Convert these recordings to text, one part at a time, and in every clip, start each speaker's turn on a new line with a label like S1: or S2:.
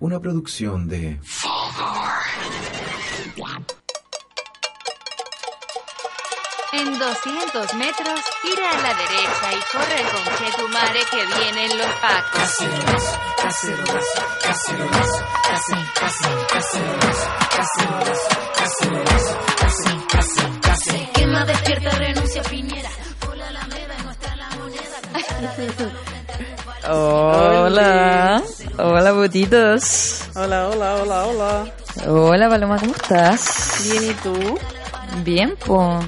S1: Una producción de...
S2: En 200 metros, gira a la derecha y corre con Chetumare que vienen los pacos.
S3: Quien más despierta renuncia a Piñera. Pula la meba y muestra la moneda.
S4: Hola, hola botitos.
S5: Hola, hola, hola, hola.
S4: Hola Paloma, ¿cómo estás?
S5: Bien, ¿y tú?
S4: Bien, po.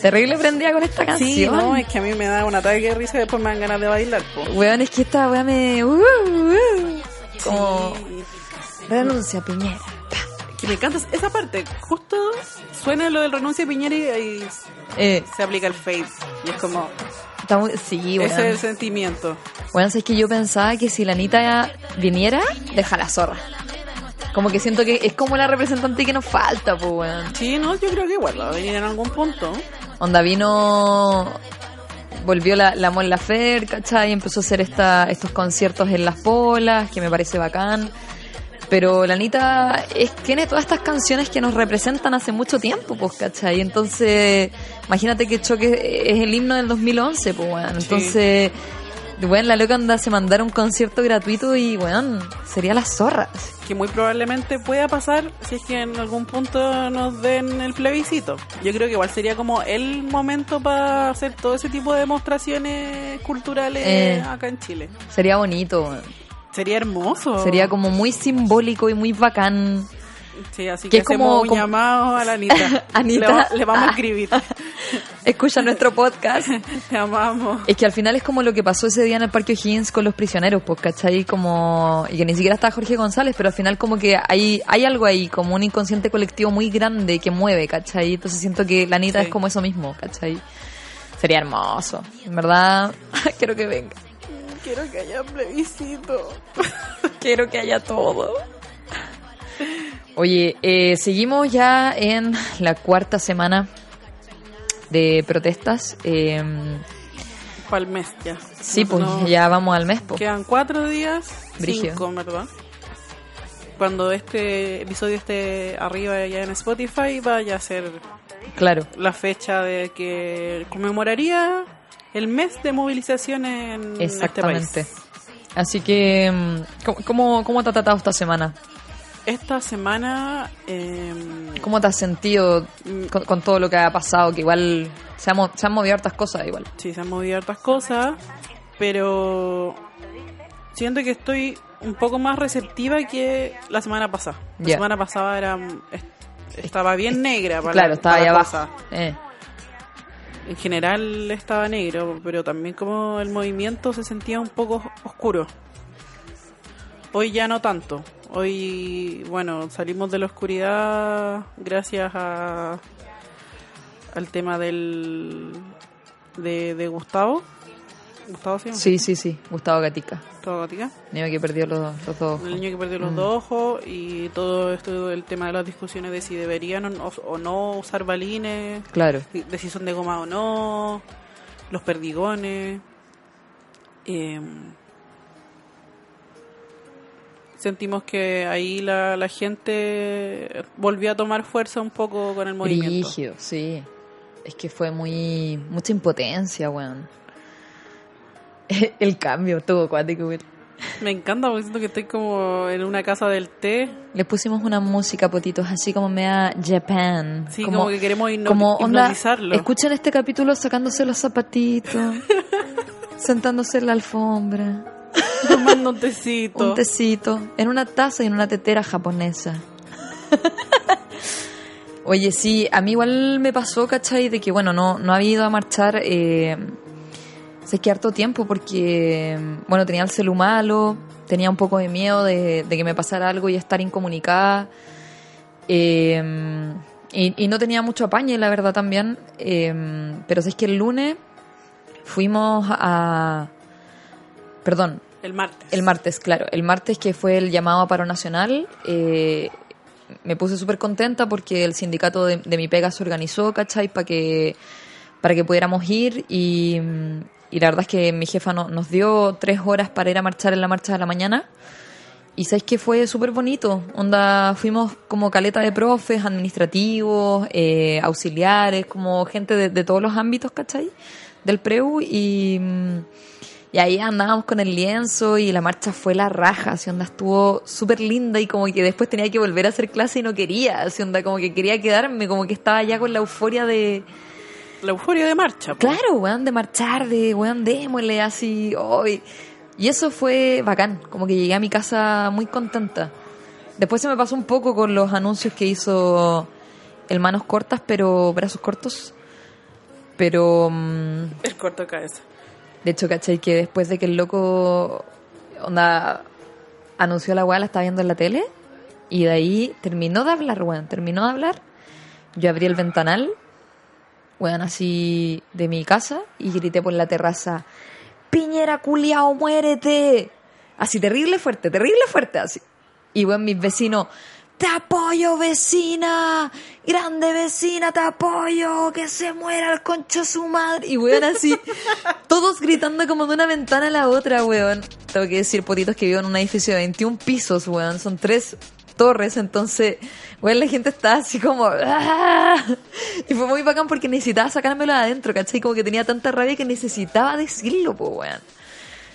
S4: Terrible prendida con esta canción.
S5: Sí, no, es que a mí me da un ataque de risa y después me dan ganas de bailar, po.
S4: Weón, es que esta weá me... uh, uh, como... Renuncia, Piñera.
S5: Que me encanta esa parte. Justo suena lo del renuncia a Piñera y, y
S4: Eh,
S5: se aplica el fade. Y es como,
S4: está muy- Sí, weón.
S5: ese es el sentimiento.
S4: Bueno, es que yo pensaba que si la Anita viniera, deja la zorra. Como que siento que es como la representante que nos falta, pues, weón.
S5: Sí, no, yo creo que igual va a venir en algún punto.
S4: Onda vino. Volvió la, la Mon Laferte, ¿cachai? Empezó a hacer esta, estos conciertos en Las Polas, que me parece bacán. Pero la Anita es, tiene todas estas canciones que nos representan hace mucho tiempo, pues, ¿cachai? Entonces, imagínate que Choque es el himno del 2011, pues, weón. Entonces, weón, la loca anda se mandara un concierto gratuito y, weón, sería la zorra.
S5: Que muy probablemente pueda pasar si es que en algún punto nos den el plebiscito. Yo creo que igual sería como el momento para hacer todo ese tipo de demostraciones culturales
S4: Eh.
S5: acá en Chile.
S4: Sería bonito, weón.
S5: Sería hermoso.
S4: Sería como muy simbólico y muy bacán.
S5: Sí, así
S4: Que
S5: que,
S4: es como-
S5: hacemos un
S4: como-
S5: llamado a la Anita.
S4: Anita. Ah.
S5: Le, va- le vamos a escribir.
S4: Escucha nuestro podcast.
S5: Te amamos.
S4: Es que al final es como lo que pasó ese día en el Parque O'Higgins con los prisioneros, pues, ¿cachai? Como, y que ni siquiera está Jorge González, pero al final como que hay, hay algo ahí, como un inconsciente colectivo muy grande que mueve, ¿cachai? Entonces siento que la Anita
S5: Sí.
S4: es como eso mismo, ¿cachai? Sería hermoso. En verdad, quiero que venga.
S5: Quiero que haya plebiscito.
S4: Quiero que haya todo. Oye, eh, seguimos ya en la cuarta semana de protestas. Eh,
S5: Para el mes ya.
S4: sí, pues
S5: No-
S4: ya vamos al mes, pues, po.
S5: Quedan cuatro días.
S4: Brígido.
S5: Cinco, ¿verdad? Cuando este episodio esté arriba ya en Spotify, vaya a ser
S4: Claro.
S5: la fecha de que conmemoraría el mes de movilización en
S4: Exactamente.
S5: este país.
S4: Así que, mm, ¿cómo- ¿cómo, ¿cómo te ha tratado esta semana?
S5: Esta semana... em,
S4: ¿Cómo te has sentido
S5: Mm.
S4: con, con todo lo que ha pasado? Que igual se han, mo- se han movido hartas cosas, igual.
S5: Sí, se han movido hartas cosas, pero siento que estoy un poco más receptiva que la semana pasada. La
S4: Ya.
S5: semana pasada era est- estaba bien negra para
S4: claro, estaba
S5: para
S4: ahí
S5: la
S4: abajo.
S5: cosa.
S4: Eh,
S5: En general estaba negro, pero también como el movimiento se sentía un poco oscuro. Hoy ya no tanto. Hoy, bueno, salimos de la oscuridad gracias a al tema del de, de Gustavo. Gustavo sí,
S4: sí, sí, sí. Gustavo Gatica.
S5: Gustavo Gatica.
S4: Niño que perdió los, los dos.
S5: El niño que perdió los dos ojos y todo esto el tema de las discusiones de si deberían o, o no usar balines
S4: Claro.
S5: de si son de goma o no, los perdigones. eh, sentimos que ahí la, la gente volvió a tomar fuerza un poco con el movimiento.
S4: Rígido, sí. Es que fue muy. mucha impotencia, weón. El cambio todo cuático, weón.
S5: Me encanta porque siento que estoy como en una casa del té.
S4: Le pusimos una música, potitos, así como mea Japan.
S5: Sí, como, que queremos hipno-
S4: como onda,
S5: hipnotizarlo.
S4: escuchen este capítulo sacándose los zapatitos, sentándose en la alfombra,
S5: tomando un tecito.
S4: un tecito, en una taza y en una tetera japonesa. Oye, sí, a mí igual me pasó, ¿cachai? De que, bueno, no, no había ido a marchar, eh, sé que harto tiempo porque, bueno, tenía el celu malo, tenía un poco de miedo de, de que me pasara algo y estar incomunicada. Eh, y, y no tenía mucho apañe, la verdad, también. Eh, pero sé que el lunes fuimos a... Perdón,
S5: El martes.
S4: el martes, claro. El martes que fue el llamado a paro nacional, eh, me puse súper contenta porque el sindicato de, de mi pega se organizó, ¿cachai? Para que, para que pudiéramos ir y, mm, y la verdad es que mi jefa no- nos dio tres horas para ir a marchar en la marcha de la mañana. Y sabéis que fue súper bonito. Onda, fuimos como caleta de profes, administrativos, eh, auxiliares, como gente de, de todos los ámbitos, ¿cachai? Del preu y. mm, Y ahí andábamos con el lienzo y la marcha fue la raja, así onda estuvo súper linda y como que después tenía que volver a hacer clase y no quería, así onda como que quería quedarme, como que estaba ya con la euforia de,
S5: La euforia de marcha. po.
S4: Claro, weón, de marchar, de weón, démosle así hoy. Y eso fue bacán, como que llegué a mi casa muy contenta. Después se me pasó un poco con los anuncios que hizo el Manos Cortas, pero brazos cortos. Pero mm,
S5: El corto cabeza.
S4: de hecho, ¿cachai? Que después de que el loco onda anunció la weá, la estaba viendo en la tele. Y de ahí terminó de hablar, weón. Terminó de hablar. Yo abrí el ventanal, weón, así de mi casa. Y grité por la terraza: ¡Piñera culiao, muérete! Así terrible fuerte, terrible fuerte, así. Y weón, mis vecinos. Te apoyo, vecina. Grande vecina, te apoyo. Que se muera el concho su madre. Y weón, así. todos gritando como de una ventana a la otra, weón. Tengo que decir, potitos, que vivo en un edificio de 21 pisos, weón. Son tres torres, entonces, weón, la gente está así como. "Ah". Y fue muy bacán porque necesitaba sacármelo de adentro, ¿cachai? Como que tenía tanta rabia que necesitaba decirlo, pues, weón.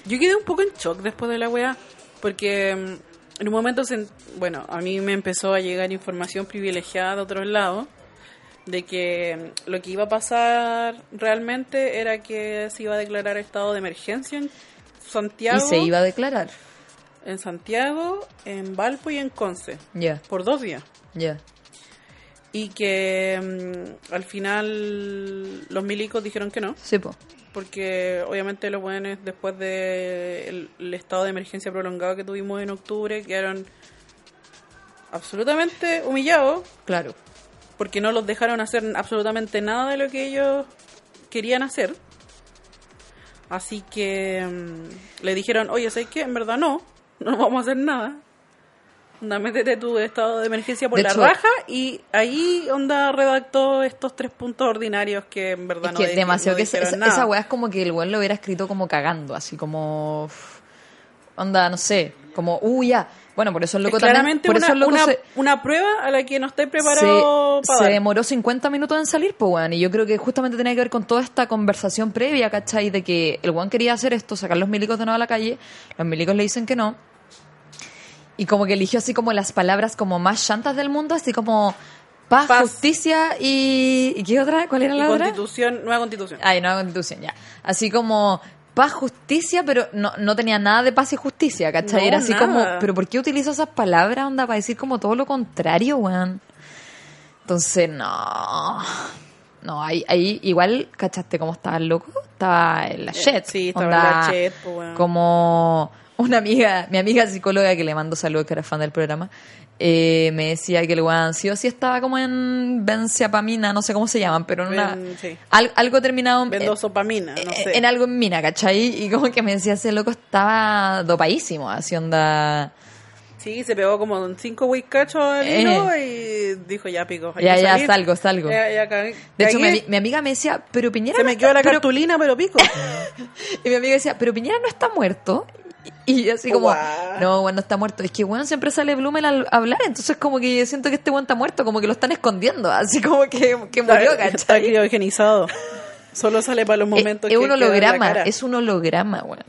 S5: Yo quedé un poco en shock después de la weá, porque mm, en un momento, se- bueno, a mí me empezó a llegar información privilegiada de otros lados, de que mm, lo que iba a pasar realmente era que se iba a declarar estado de emergencia en Santiago,
S4: Y se iba a declarar.
S5: en Santiago, en Valpo y en Conce,
S4: Ya,
S5: por dos días.
S4: ya.
S5: Y que mm, al final los milicos dijeron que no.
S4: Sí, po.
S5: porque obviamente los buenos después del el estado de emergencia prolongado que tuvimos en octubre quedaron absolutamente humillados
S4: Claro.
S5: porque no los dejaron hacer absolutamente nada de lo que ellos querían hacer. Así que mm, le dijeron, oye, ¿sabes qué? En verdad no, no vamos a hacer nada. Onda, métete tu estado de emergencia por
S4: De
S5: la
S4: hecho-
S5: raja y ahí Onda redactó estos tres puntos ordinarios que en verdad
S4: Es
S5: no
S4: que
S5: di-
S4: demasiado
S5: no
S4: que esa,
S5: dijeron
S4: esa-
S5: nada.
S4: esa weá es como que el weón lo hubiera escrito como cagando, así como. uf, Onda, no sé, como, uh, ya. Bueno, por eso el loco
S5: Es
S4: también-
S5: claramente
S4: por
S5: una,
S4: eso el loco
S5: una-
S4: se,
S5: una prueba a la que no estáis preparados
S4: se,
S5: para
S4: se
S5: dar.
S4: demoró 50 minutos en salir, pues, weón. Y yo creo que justamente tenía que ver con toda esta conversación previa, ¿cachai? De que el weón quería hacer esto, sacar los milicos de nuevo a la calle. Los milicos le dicen que no. Y como que eligió así como las palabras como más llantas del mundo, así como paz,
S5: Paz.
S4: justicia y... ¿Y qué otra? ¿Cuál era
S5: Y
S4: la Ah, otra?
S5: constitución, nueva constitución.
S4: Ay, nueva constitución, ya. Así como paz, justicia, pero no, no tenía nada de paz y justicia, ¿cachai?
S5: No,
S4: Era así
S5: nada.
S4: como, pero ¿por qué utiliza esas palabras, onda, para decir como todo lo contrario, weón? Entonces, no. No, ahí, ahí igual, ¿cachaste cómo estaba el loco? Estaba en la shit.
S5: Eh, sí, estaba en la shit, po, weón.
S4: Como una amiga, mi amiga psicóloga que le mando saludos, que era fan del programa, eh, me decía que el weón sí o sí estaba como en benziapamina, no sé cómo se llaman, pero en una,
S5: Ben- sí.
S4: al- algo terminado en-
S5: Vendo sopamina, no
S4: eh,
S5: sé.
S4: en algo en mina, ¿cachai? Y como que me decía, ese loco estaba dopadísimo, así onda...
S5: Sí, se pegó como en cinco whiskachos al hilo y dijo, ya pico. hay
S4: Eh. Ya,
S5: que
S4: ya,
S5: salir.
S4: salgo, salgo.
S5: Ya, ya, cagué.
S4: De hecho, mi,
S5: Cagué.
S4: ami- mi amiga me decía, pero Piñera...
S5: se
S4: no
S5: me
S4: está-
S5: quedó la
S4: pero-
S5: cartulina, pero pico.
S4: Y mi amiga decía, pero Piñera no está muerto. Y y así como,
S5: Guau.
S4: no, bueno, está muerto. Es que, bueno, siempre sale Blumen al hablar, entonces como que yo siento que este weón está muerto, como que lo están escondiendo, así como que, que murió,
S5: Está- Está
S4: ¿cachai? Eh,
S5: criogenizado. Solo sale para los momentos
S4: es, es
S5: que
S4: un
S5: queda en la
S4: holograma,
S5: cara.
S4: es un holograma, weón.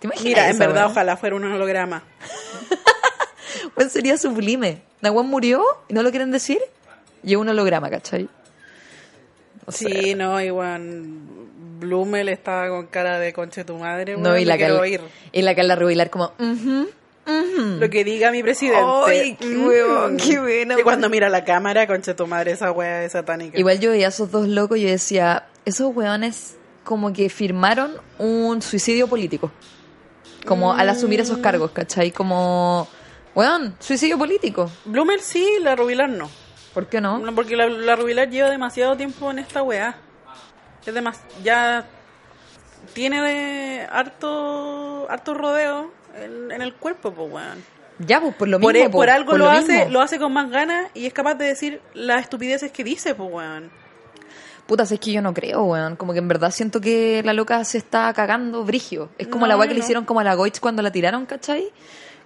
S4: ¿Te imaginas
S5: Mira, en
S4: eso,
S5: verdad,
S4: weón?
S5: ojalá fuera un holograma.
S4: Weón, sería sublime. Nahuan murió y no lo quieren decir. Y es un holograma, ¿cachai? O sea,
S5: Sí, no, igual. Blumel estaba con cara de conche tu madre.
S4: no,
S5: weón,
S4: y la,
S5: me quiero
S4: Carla,
S5: ir.
S4: y la Carla Rubilar como, "Mm". "Ujú".
S5: Lo que diga mi presidente.
S4: Ay, qué huevón, qué buena,
S5: Y cuando mira la cámara, concha tu madre, esa wea es satánica.
S4: Igual yo veía a esos dos locos y yo decía, esos weones como que firmaron un suicidio político. Como al asumir esos cargos, ¿cachai? Como, weón, suicidio político.
S5: Blumel sí, la Rubilar no.
S4: ¿Por qué no?
S5: No, Porque la, la Rubilar lleva demasiado tiempo en esta wea. Es demas ya tiene de harto, harto rodeo en, en el cuerpo, pues weón.
S4: Ya, pues por lo mismo.
S5: Por, e-
S4: po,
S5: por algo lo, hace,
S4: mismo.
S5: lo hace con más ganas y es capaz de decir las estupideces que dice, pues weón.
S4: Puta, si es que yo no creo, weón. Como que en verdad siento que la loca se está cagando brigio. Es como
S5: No,
S4: la weá que
S5: no,
S4: le
S5: no.
S4: hicieron como a la Goich cuando la tiraron, ¿cachai?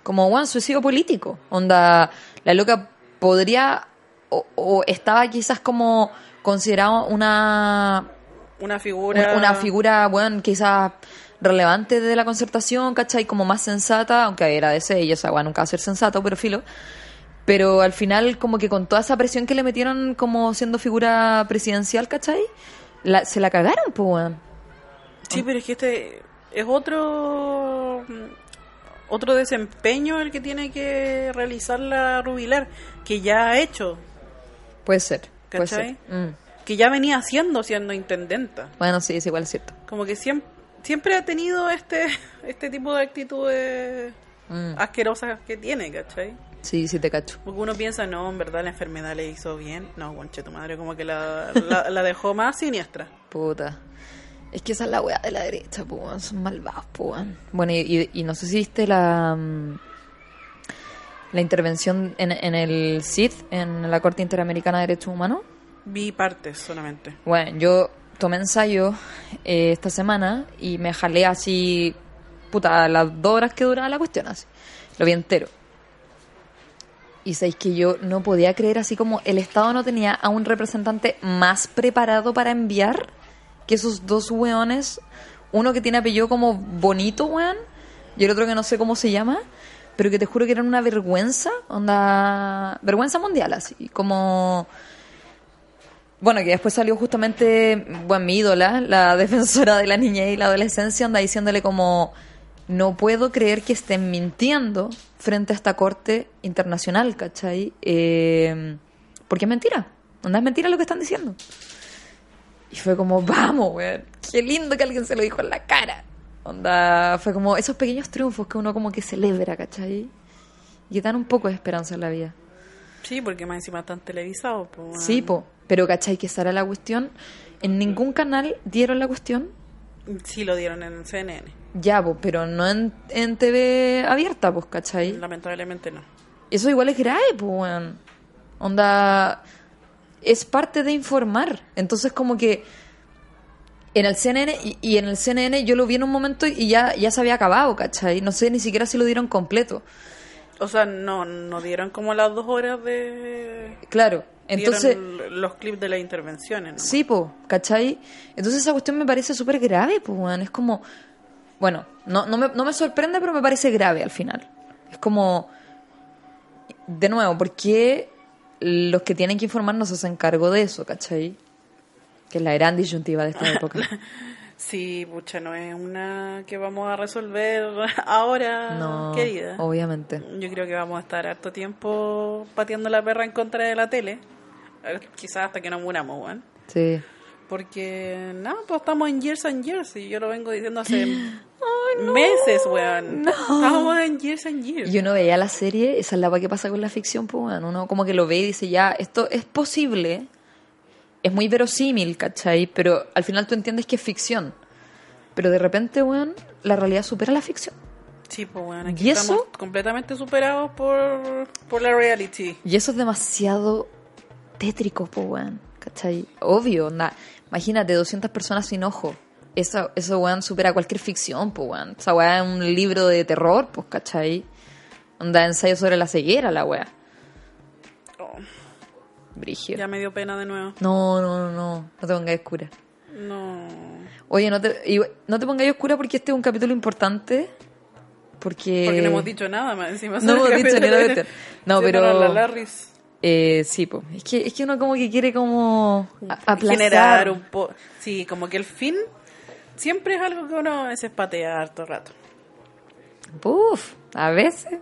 S4: Como, weón, suicidio político. Onda, la loca podría o, o estaba quizás como considerado una
S5: Una
S4: una,
S5: figura.
S4: una figura, bueno, quizás relevante de la concertación, ¿cachai? Como más sensata, aunque era de ese, y esa weá nunca va a ser sensato, pero filo. Pero al final, como que con toda esa presión que le metieron como siendo figura presidencial, ¿cachai? La- se la cagaron, pues, weón.
S5: Sí, pero es que este es otro mm, otro desempeño el que tiene que realizar la Rubilar, que ya ha hecho,
S4: Puede ser, puede
S5: ¿Cachai?
S4: ser. Mm.
S5: que ya venía haciendo siendo intendenta.
S4: Bueno, sí, es igual es cierto.
S5: Como que siempre, siempre ha tenido este este tipo de actitudes
S4: Mm.
S5: asquerosas que tiene, ¿cachai?
S4: Sí, sí te cacho.
S5: Porque uno piensa, no, en verdad la enfermedad le hizo bien. No, guanche, tu madre como que la, la, la dejó más siniestra.
S4: Puta. Es que esa es la weá de la derecha, pues, weón. Son malvados, pues, weón. Bueno, y, y- y no sé si viste la. mm, La intervención en, en el CID, en la Corte Interamericana de Derechos Humanos.
S5: Vi partes solamente.
S4: Bueno, yo tomé ensayo eh, esta semana y me jalé así, puta, las dos horas que duraba la cuestión, así. Lo vi entero. Y sabéis que yo no podía creer, así como el Estado no tenía a un representante más preparado para enviar que esos dos weones. Uno que tiene apellido como Bonito, weón, y el otro que no sé cómo se llama, pero que te juro que eran una vergüenza, onda. vergüenza mundial, así. Como. Bueno, que después salió justamente, bueno, mi ídola, la defensora de la niñez y la adolescencia, anda diciéndole como, no puedo creer que estén mintiendo frente a esta corte internacional, ¿cachai? Eh, porque es mentira, onda es mentira lo que están diciendo. Y fue como, vamos, weón, qué lindo que alguien se lo dijo en la cara. Onda, fue como esos pequeños triunfos que uno como que celebra, ¿cachai? Y que dan un poco de esperanza en la vida.
S5: Sí, porque más encima están televisados. pues, bueno.
S4: Sí, po. Pero cachai que esa era la cuestión. En ningún canal dieron la cuestión.
S5: Sí, lo dieron en CNN.
S4: Ya, po, pero no en, en TV abierta, pues, cachai.
S5: Lamentablemente no.
S4: Eso igual es grave, pues, weón. Onda. Es parte de informar. Entonces, como que. En el CNN, y, y en el CNN yo lo vi en un momento y ya, ya se había acabado, ¿cachai? No sé ni siquiera si lo dieron completo.
S5: O sea, no, no dieron como las dos horas de...
S4: Claro.
S5: dieron
S4: Entonces.
S5: l- los clips de las intervenciones. ¿no?
S4: Sí, po, ¿cachai? Entonces esa cuestión me parece súper grave, po, weón. Es como, bueno, no, no, me, no me sorprende, pero me parece grave al final. Es como, de nuevo, ¿por qué los que tienen que informarnos se hacen cargo de eso, ¿cachai? Que es la gran disyuntiva de esta época.
S5: Sí, pucha, no es una que vamos a resolver ahora,
S4: No,
S5: querida.
S4: obviamente.
S5: Yo creo que vamos a estar harto tiempo pateando la perra en contra de la tele. Eh, Quizás hasta que nos muramos, weón.
S4: Sí.
S5: Porque, no, pues estamos en years and years y yo lo vengo diciendo hace meses, weón. Estamos en years and years.
S4: Y uno veía la serie, esa es la weá que pasa con la ficción, pues, weón. uno como que lo ve y dice, ya, esto es posible, es muy verosímil, ¿cachai? Pero al final tú entiendes que es ficción. Pero de repente, weón, la realidad supera la ficción.
S5: Sí, pues, weón, aquí
S4: ¿Y
S5: estamos
S4: eso?
S5: completamente superados por, por la reality.
S4: Y eso es demasiado tétrico, pues, weón, ¿cachai? Obvio, onda. Imagínate, 200 personas sin ojo. Eso, eso weón, supera cualquier ficción, pues, weón. Esa weá es un libro de terror, pues, ¿cachai? Onda, ensayo sobre la ceguera, la weá.
S5: Oh,
S4: Brígido.
S5: ya me dio pena de nuevo.
S4: No, no, no, no, no te pongas oscura.
S5: No.
S4: Oye, no te, y- no te pongas oscura porque este es un capítulo importante. Porque,
S5: Porque no hemos dicho nada más encima.
S4: Eh, No hemos dicho ni la cuestión. No, pero-
S5: Para la Larrys.
S4: Eh, sí, po. Es que, es que uno como que quiere como a- aplazar.
S5: Generar un poco. Sí, como que el fin siempre es algo que uno a veces patea harto rato.
S4: Uf, a veces,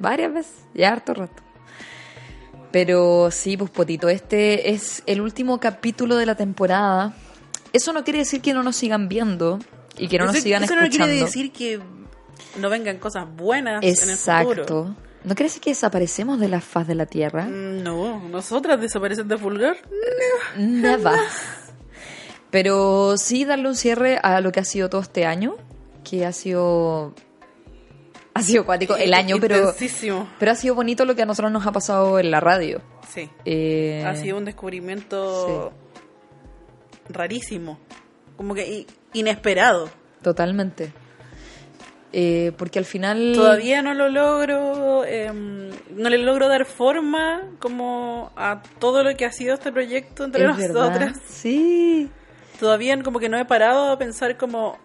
S4: varias veces, ya harto rato. Pero sí, pues Potito, este es el último capítulo de la temporada. Eso no quiere decir que no nos sigan viendo y que no nos
S5: Eso-
S4: sigan
S5: eso no
S4: escuchando.
S5: quiere decir que no vengan cosas buenas en el futuro.
S4: Exacto. ¿No crees que desaparecemos de la faz de la Tierra?
S5: Mm, No, nosotras desaparecen de Fulgar.
S4: Nada. Pero sí darle un cierre a lo que ha sido todo este año, que ha sido ha sido cuático el año, pero
S5: Intensísimo.
S4: pero ha sido bonito lo que a nosotros nos ha pasado en la radio.
S5: Ah, Sí.
S4: Eh,
S5: Ha sido un descubrimiento rarísimo. Como que i- inesperado.
S4: totalmente. eh, porque al final...
S5: Todavía no lo logro, eh, no le logro dar forma como a todo lo que ha sido este proyecto entre
S4: es verdad,
S5: nosotras.
S4: Sí.
S5: Todavía como que no he parado a pensar como,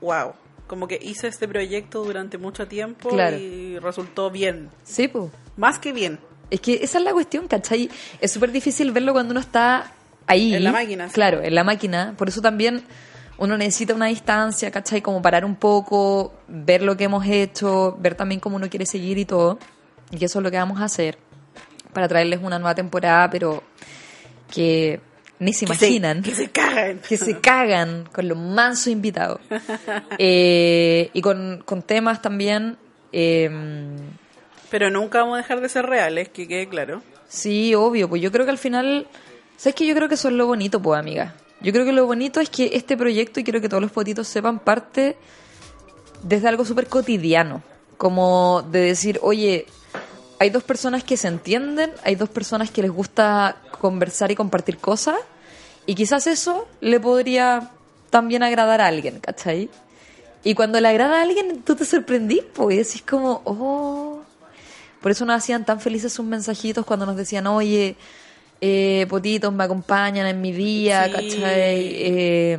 S5: wow, como que hice este proyecto durante mucho tiempo
S4: Claro.
S5: y resultó bien,
S4: Sí, pues.
S5: más que bien.
S4: Es que esa es la cuestión, ¿cachai? Es súper difícil verlo cuando uno está ahí.
S5: En la máquina, sí.
S4: Claro, en la máquina. Por eso también uno necesita una distancia, ¿cachai? Como parar un poco, ver lo que hemos hecho, ver también cómo uno quiere seguir y todo. Y eso es lo que vamos a hacer para traerles una nueva temporada, pero que ni se
S5: Que se-
S4: imaginan
S5: Que se, cagan.
S4: que se cagan con los mansos invitados. Eh, y con, con temas también. em,
S5: Pero nunca vamos a dejar de ser reales, que quede claro.
S4: Sí, obvio, pues yo creo que al final, ¿sabes qué? Yo creo que eso es lo bonito, pues amiga. Yo creo que lo bonito es que este proyecto, y quiero que todos los potitos sepan, parte desde algo súper cotidiano, como de decir, oye, hay dos personas que se entienden, hay dos personas que les gusta conversar y compartir cosas, y quizás eso le podría también agradar a alguien, ¿cachai? Y cuando le agrada a alguien, tú te sorprendís, pues, y decís como, oh, por eso nos hacían tan felices sus mensajitos cuando nos decían, oye, eh, potitos, me acompañan en mi día,
S5: Sí.
S4: ¿cachai? Eh,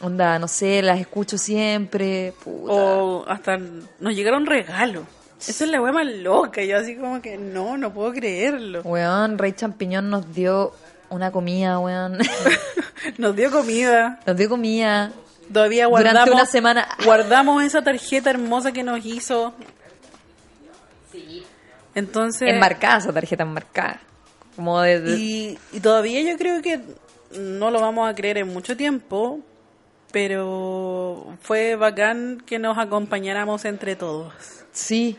S4: onda, no sé, las escucho siempre, puta.
S5: O hasta nos llegaron regalos. Esa es la wea más loca. Yo así como que no, no puedo creerlo.
S4: Weón, Rey Champiñón nos dio una comida, weón.
S5: Nos dio comida.
S4: nos dio comida.
S5: Todavía
S4: Durante
S5: guardamos.
S4: una semana.
S5: Guardamos esa tarjeta hermosa que nos hizo. Entonces.
S4: Enmarcada esa tarjeta, enmarcada. Como de... de-
S5: Y, y todavía yo creo que no lo vamos a creer en mucho tiempo, pero fue bacán que nos acompañáramos entre todos.
S4: Sí,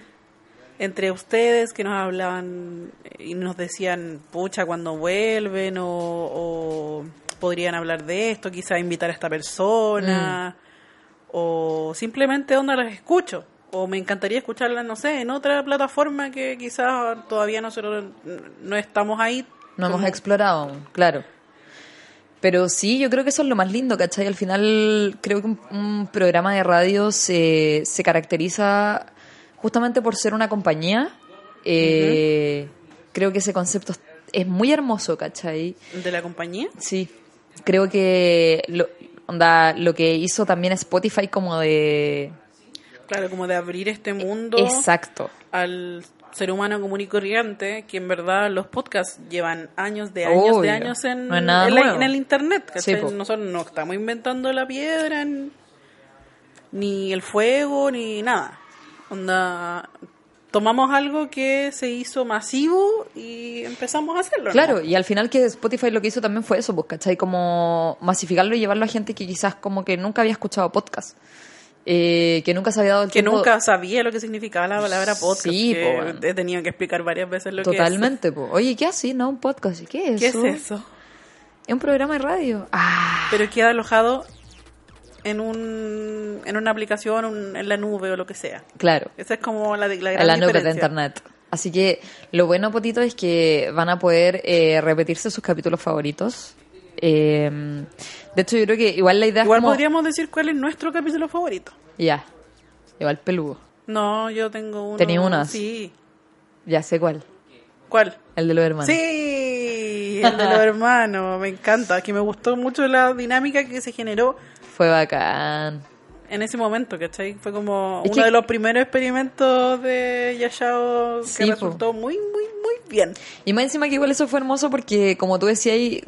S5: Entre ustedes que nos hablaban y nos decían, pucha, cuando vuelven o, o podrían hablar de esto, quizá invitar a esta persona,
S4: Mm.
S5: o simplemente onda las escucho. O me encantaría escucharlas, no sé, en otra plataforma que quizás todavía nosotros no estamos ahí.
S4: no hemos
S5: como-
S4: explorado aún, claro. Pero sí, yo creo que eso es lo más lindo, ¿cachai? Al final creo que un, un programa de radio se, se caracteriza justamente por ser una compañía. Eh, Creo que ese concepto es- es muy hermoso, ¿cachai?
S5: ¿De la compañía?
S4: Sí, creo que lo, onda, lo que hizo también Spotify como de...
S5: Claro, como de abrir
S4: E-,
S5: este mundo
S4: Exacto.
S5: al ser humano común y corriente, que en verdad los podcasts llevan años de años de
S4: Obvio.
S5: años en,
S4: No es nada
S5: en, la-
S4: nuevo.
S5: en el internet. ¿cachai?
S4: Sí, po.
S5: Nosotros no estamos inventando la piedra, n- ni el fuego, ni nada. Onda, tomamos algo que se hizo masivo y empezamos a hacerlo. ¿no?
S4: Claro, y al final que Spotify lo que hizo también fue eso, pues, ¿cachai? Como masificarlo y llevarlo a gente que quizás como que nunca había escuchado podcast, eh, que nunca se había dado el
S5: Que
S4: tiempo-
S5: nunca sabía lo que significaba la palabra podcast.
S4: Sí,
S5: que
S4: po, bueno.
S5: He tenido que explicar varias veces lo
S4: Totalmente, pues. Oye, ¿qué así? ¿No? ¿Un podcast? ¿Y ¿Qué es
S5: que es.
S4: eso?
S5: ¿Qué es eso?
S4: Es un programa de radio. Ah,
S5: pero queda alojado en un en una aplicación un- en la nube o lo que sea
S4: claro.
S5: esa es como la, de- la gran
S4: a la nube de
S5: diferencia.
S4: internet. Así que lo bueno, Potito, es que van a poder eh, repetirse sus capítulos favoritos. Eh, de hecho, yo creo que igual la idea
S5: igual
S4: es como...
S5: podríamos decir cuál es nuestro capítulo favorito
S4: Ya, igual peludo.
S5: no yo tengo uno
S4: Tenía unas.
S5: sí
S4: Ya sé cuál,
S5: cuál
S4: el de los hermanos.
S5: sí el de los hermanos me encanta que me gustó mucho la dinámica que se generó
S4: Fue bacán.
S5: en ese momento, ¿cachai? Fue como
S4: Es
S5: uno
S4: que-
S5: de los primeros experimentos de Yashao que
S4: Sí, po.
S5: resultó muy, muy, muy bien.
S4: Y más encima que igual eso fue hermoso porque, como tú decías, ahí,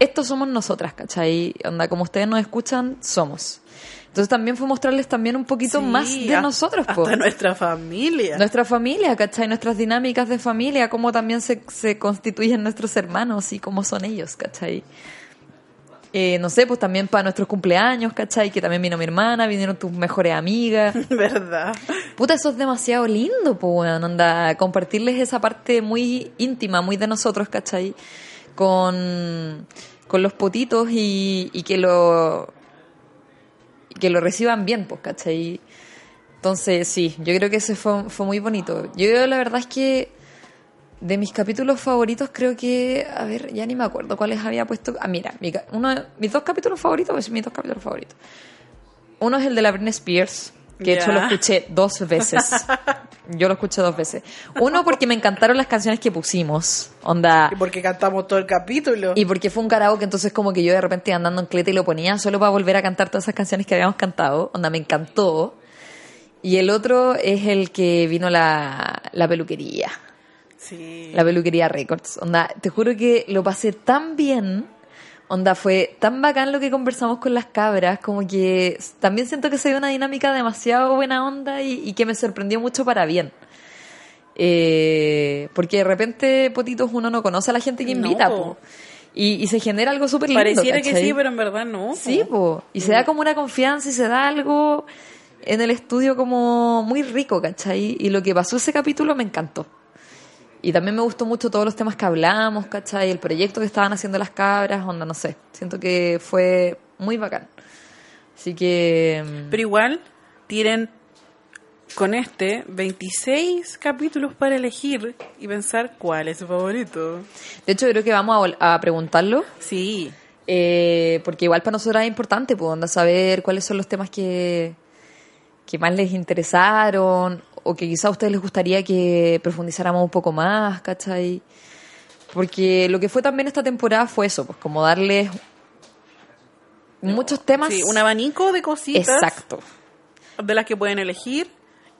S4: estos somos nosotras, ¿cachai? Onda, como ustedes nos escuchan, somos. Entonces también fue mostrarles también un poquito
S5: Sí,
S4: más de
S5: hasta-
S4: nosotros, po.
S5: Hasta nuestra familia.
S4: Nuestra familia, ¿cachai? Nuestras dinámicas de familia, cómo también se, se constituyen nuestros hermanos y cómo son ellos, ¿cachai? Eh, no sé, pues también para nuestros cumpleaños, ¿cachai? Que también vino mi hermana, vinieron tus mejores amigas.
S5: ¿Verdad?
S4: Puta, eso es demasiado lindo, pues, weón. Onda, compartirles esa parte muy íntima, muy de nosotros, ¿cachai? Con, con los potitos y, y que lo y que lo reciban bien, pues, ¿cachai? Entonces, sí, yo creo que ese fue, fue muy bonito. Yo la verdad es que de mis capítulos favoritos creo que, a ver, ya ni me acuerdo cuáles había puesto. Ah, mira, mi ca- uno de- mis dos capítulos favoritos, pues mis dos capítulos favoritos. Uno es el de la Britney Spears, que de hecho
S5: Ya.
S4: lo escuché dos veces. Yo lo escuché dos veces. Uno porque me encantaron las canciones que pusimos, onda.
S5: Y porque cantamos todo el capítulo.
S4: Y porque fue un karaoke, entonces como que yo de repente andando en cleta y lo ponía solo para volver a cantar todas esas canciones que habíamos cantado, onda me encantó. Y el otro es el que vino la, la peluquería,
S5: Sí.
S4: la peluquería Records. Onda, te juro que lo pasé tan bien, onda fue tan bacán lo que conversamos con las cabras, como que s- también siento que se dio una dinámica demasiado buena onda y, y que me sorprendió mucho para bien. Eh, porque de repente, potitos, uno no conoce a la gente que
S5: No,
S4: invita,
S5: po.
S4: po. Y, y se genera algo súper lindo.
S5: Pareciera que
S4: ¿cachai?
S5: sí, pero en verdad no.
S4: Sí, po. Y se da como una confianza y se da algo en el estudio como muy rico, ¿cachai? Y lo que pasó ese capítulo me encantó. Y también me gustó mucho todos los temas que hablamos, ¿cachai? El proyecto que estaban haciendo las cabras, onda, no sé. Siento que fue muy bacán. Así que... mm,
S5: Pero igual tienen con este 26 capítulos para elegir y pensar cuál es su favorito.
S4: De hecho, creo que vamos a vol- a, preguntarlo.
S5: Sí.
S4: eh, porque igual para nosotros es importante, pues, onda, saber cuáles son los temas que, que más les interesaron o que quizá a ustedes les gustaría que profundizáramos un poco más, ¿cachai? Porque lo que fue también esta temporada fue eso, pues como darles muchos temas.
S5: Sí, un abanico de cositas
S4: Exacto.
S5: de las que pueden elegir,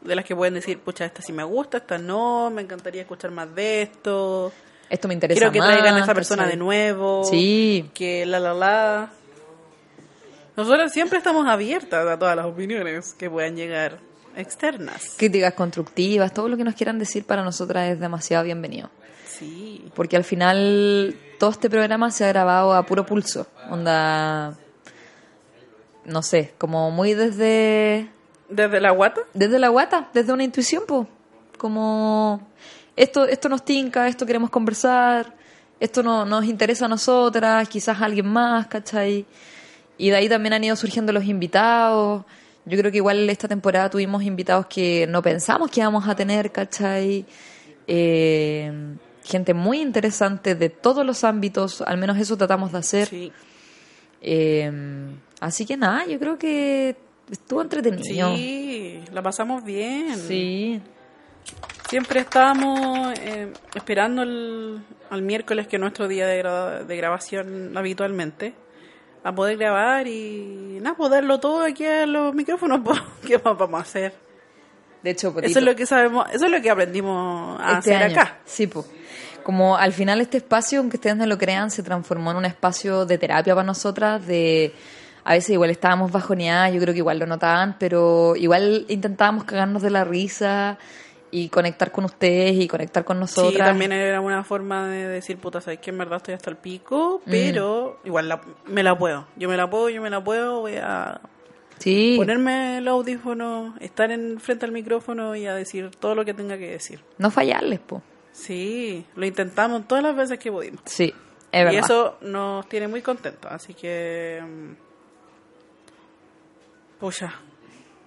S5: de las que pueden decir, pucha, esta sí me gusta, esta no, me encantaría escuchar más de esto.
S4: Esto me interesa
S5: Quiero que
S4: más,
S5: traigan a esa persona
S4: ¿cachai?
S5: de nuevo.
S4: eh. Sí.
S5: Que la la la. Nosotros siempre estamos abiertas a todas las opiniones que puedan llegar externas.
S4: Críticas constructivas, todo lo que nos quieran decir para nosotras es demasiado bienvenido.
S5: Sí.
S4: porque al final todo este programa se ha grabado a puro pulso, onda, no sé, como muy desde,
S5: Desde la guata.
S4: desde la guata, desde una intuición, po. como esto, esto nos tinca, esto queremos conversar, esto no, nos interesa a nosotras, quizás a alguien más, ¿cachai? Y de ahí también han ido surgiendo los invitados. Yo creo que igual esta temporada tuvimos invitados que no pensamos que íbamos a tener, ¿cachai? Eh, gente muy interesante de todos los ámbitos, al menos eso tratamos de hacer.
S5: Sí.
S4: Eh, así que nada, yo creo que estuvo entretenido.
S5: Sí, la pasamos bien.
S4: Sí,
S5: Siempre estábamos eh, esperando el, al miércoles, que es nuestro día de, gra- de grabación habitualmente, a poder grabar y nada, poderlo todo aquí a los micrófonos. po. ¿Qué más vamos a hacer?
S4: de hecho,
S5: Eso
S4: Potito,
S5: es lo que sabemos, eso es lo que aprendimos a
S4: este
S5: hacer
S4: año.
S5: Ah, acá.
S4: Sí, po. Como al final este espacio, aunque ustedes no lo crean, se transformó en un espacio de terapia para nosotras, de... A veces igual estábamos bajoneadas, yo creo que igual lo notaban, pero igual intentábamos cagarnos de la risa y conectar con ustedes y conectar con nosotras.
S5: Sí, también era una forma de decir, puta, sabes que en verdad estoy hasta el pico,
S4: Mm.
S5: pero igual la- me la puedo. Yo me la puedo, yo me la puedo, voy a
S4: Sí.
S5: ponerme el audífono, estar en frente al micrófono y a decir todo lo que tenga que decir.
S4: No fallarles, po.
S5: Sí, lo intentamos todas las veces que pudimos.
S4: Sí, es verdad.
S5: Y eso nos tiene muy contentos, así que... mm, Pucha,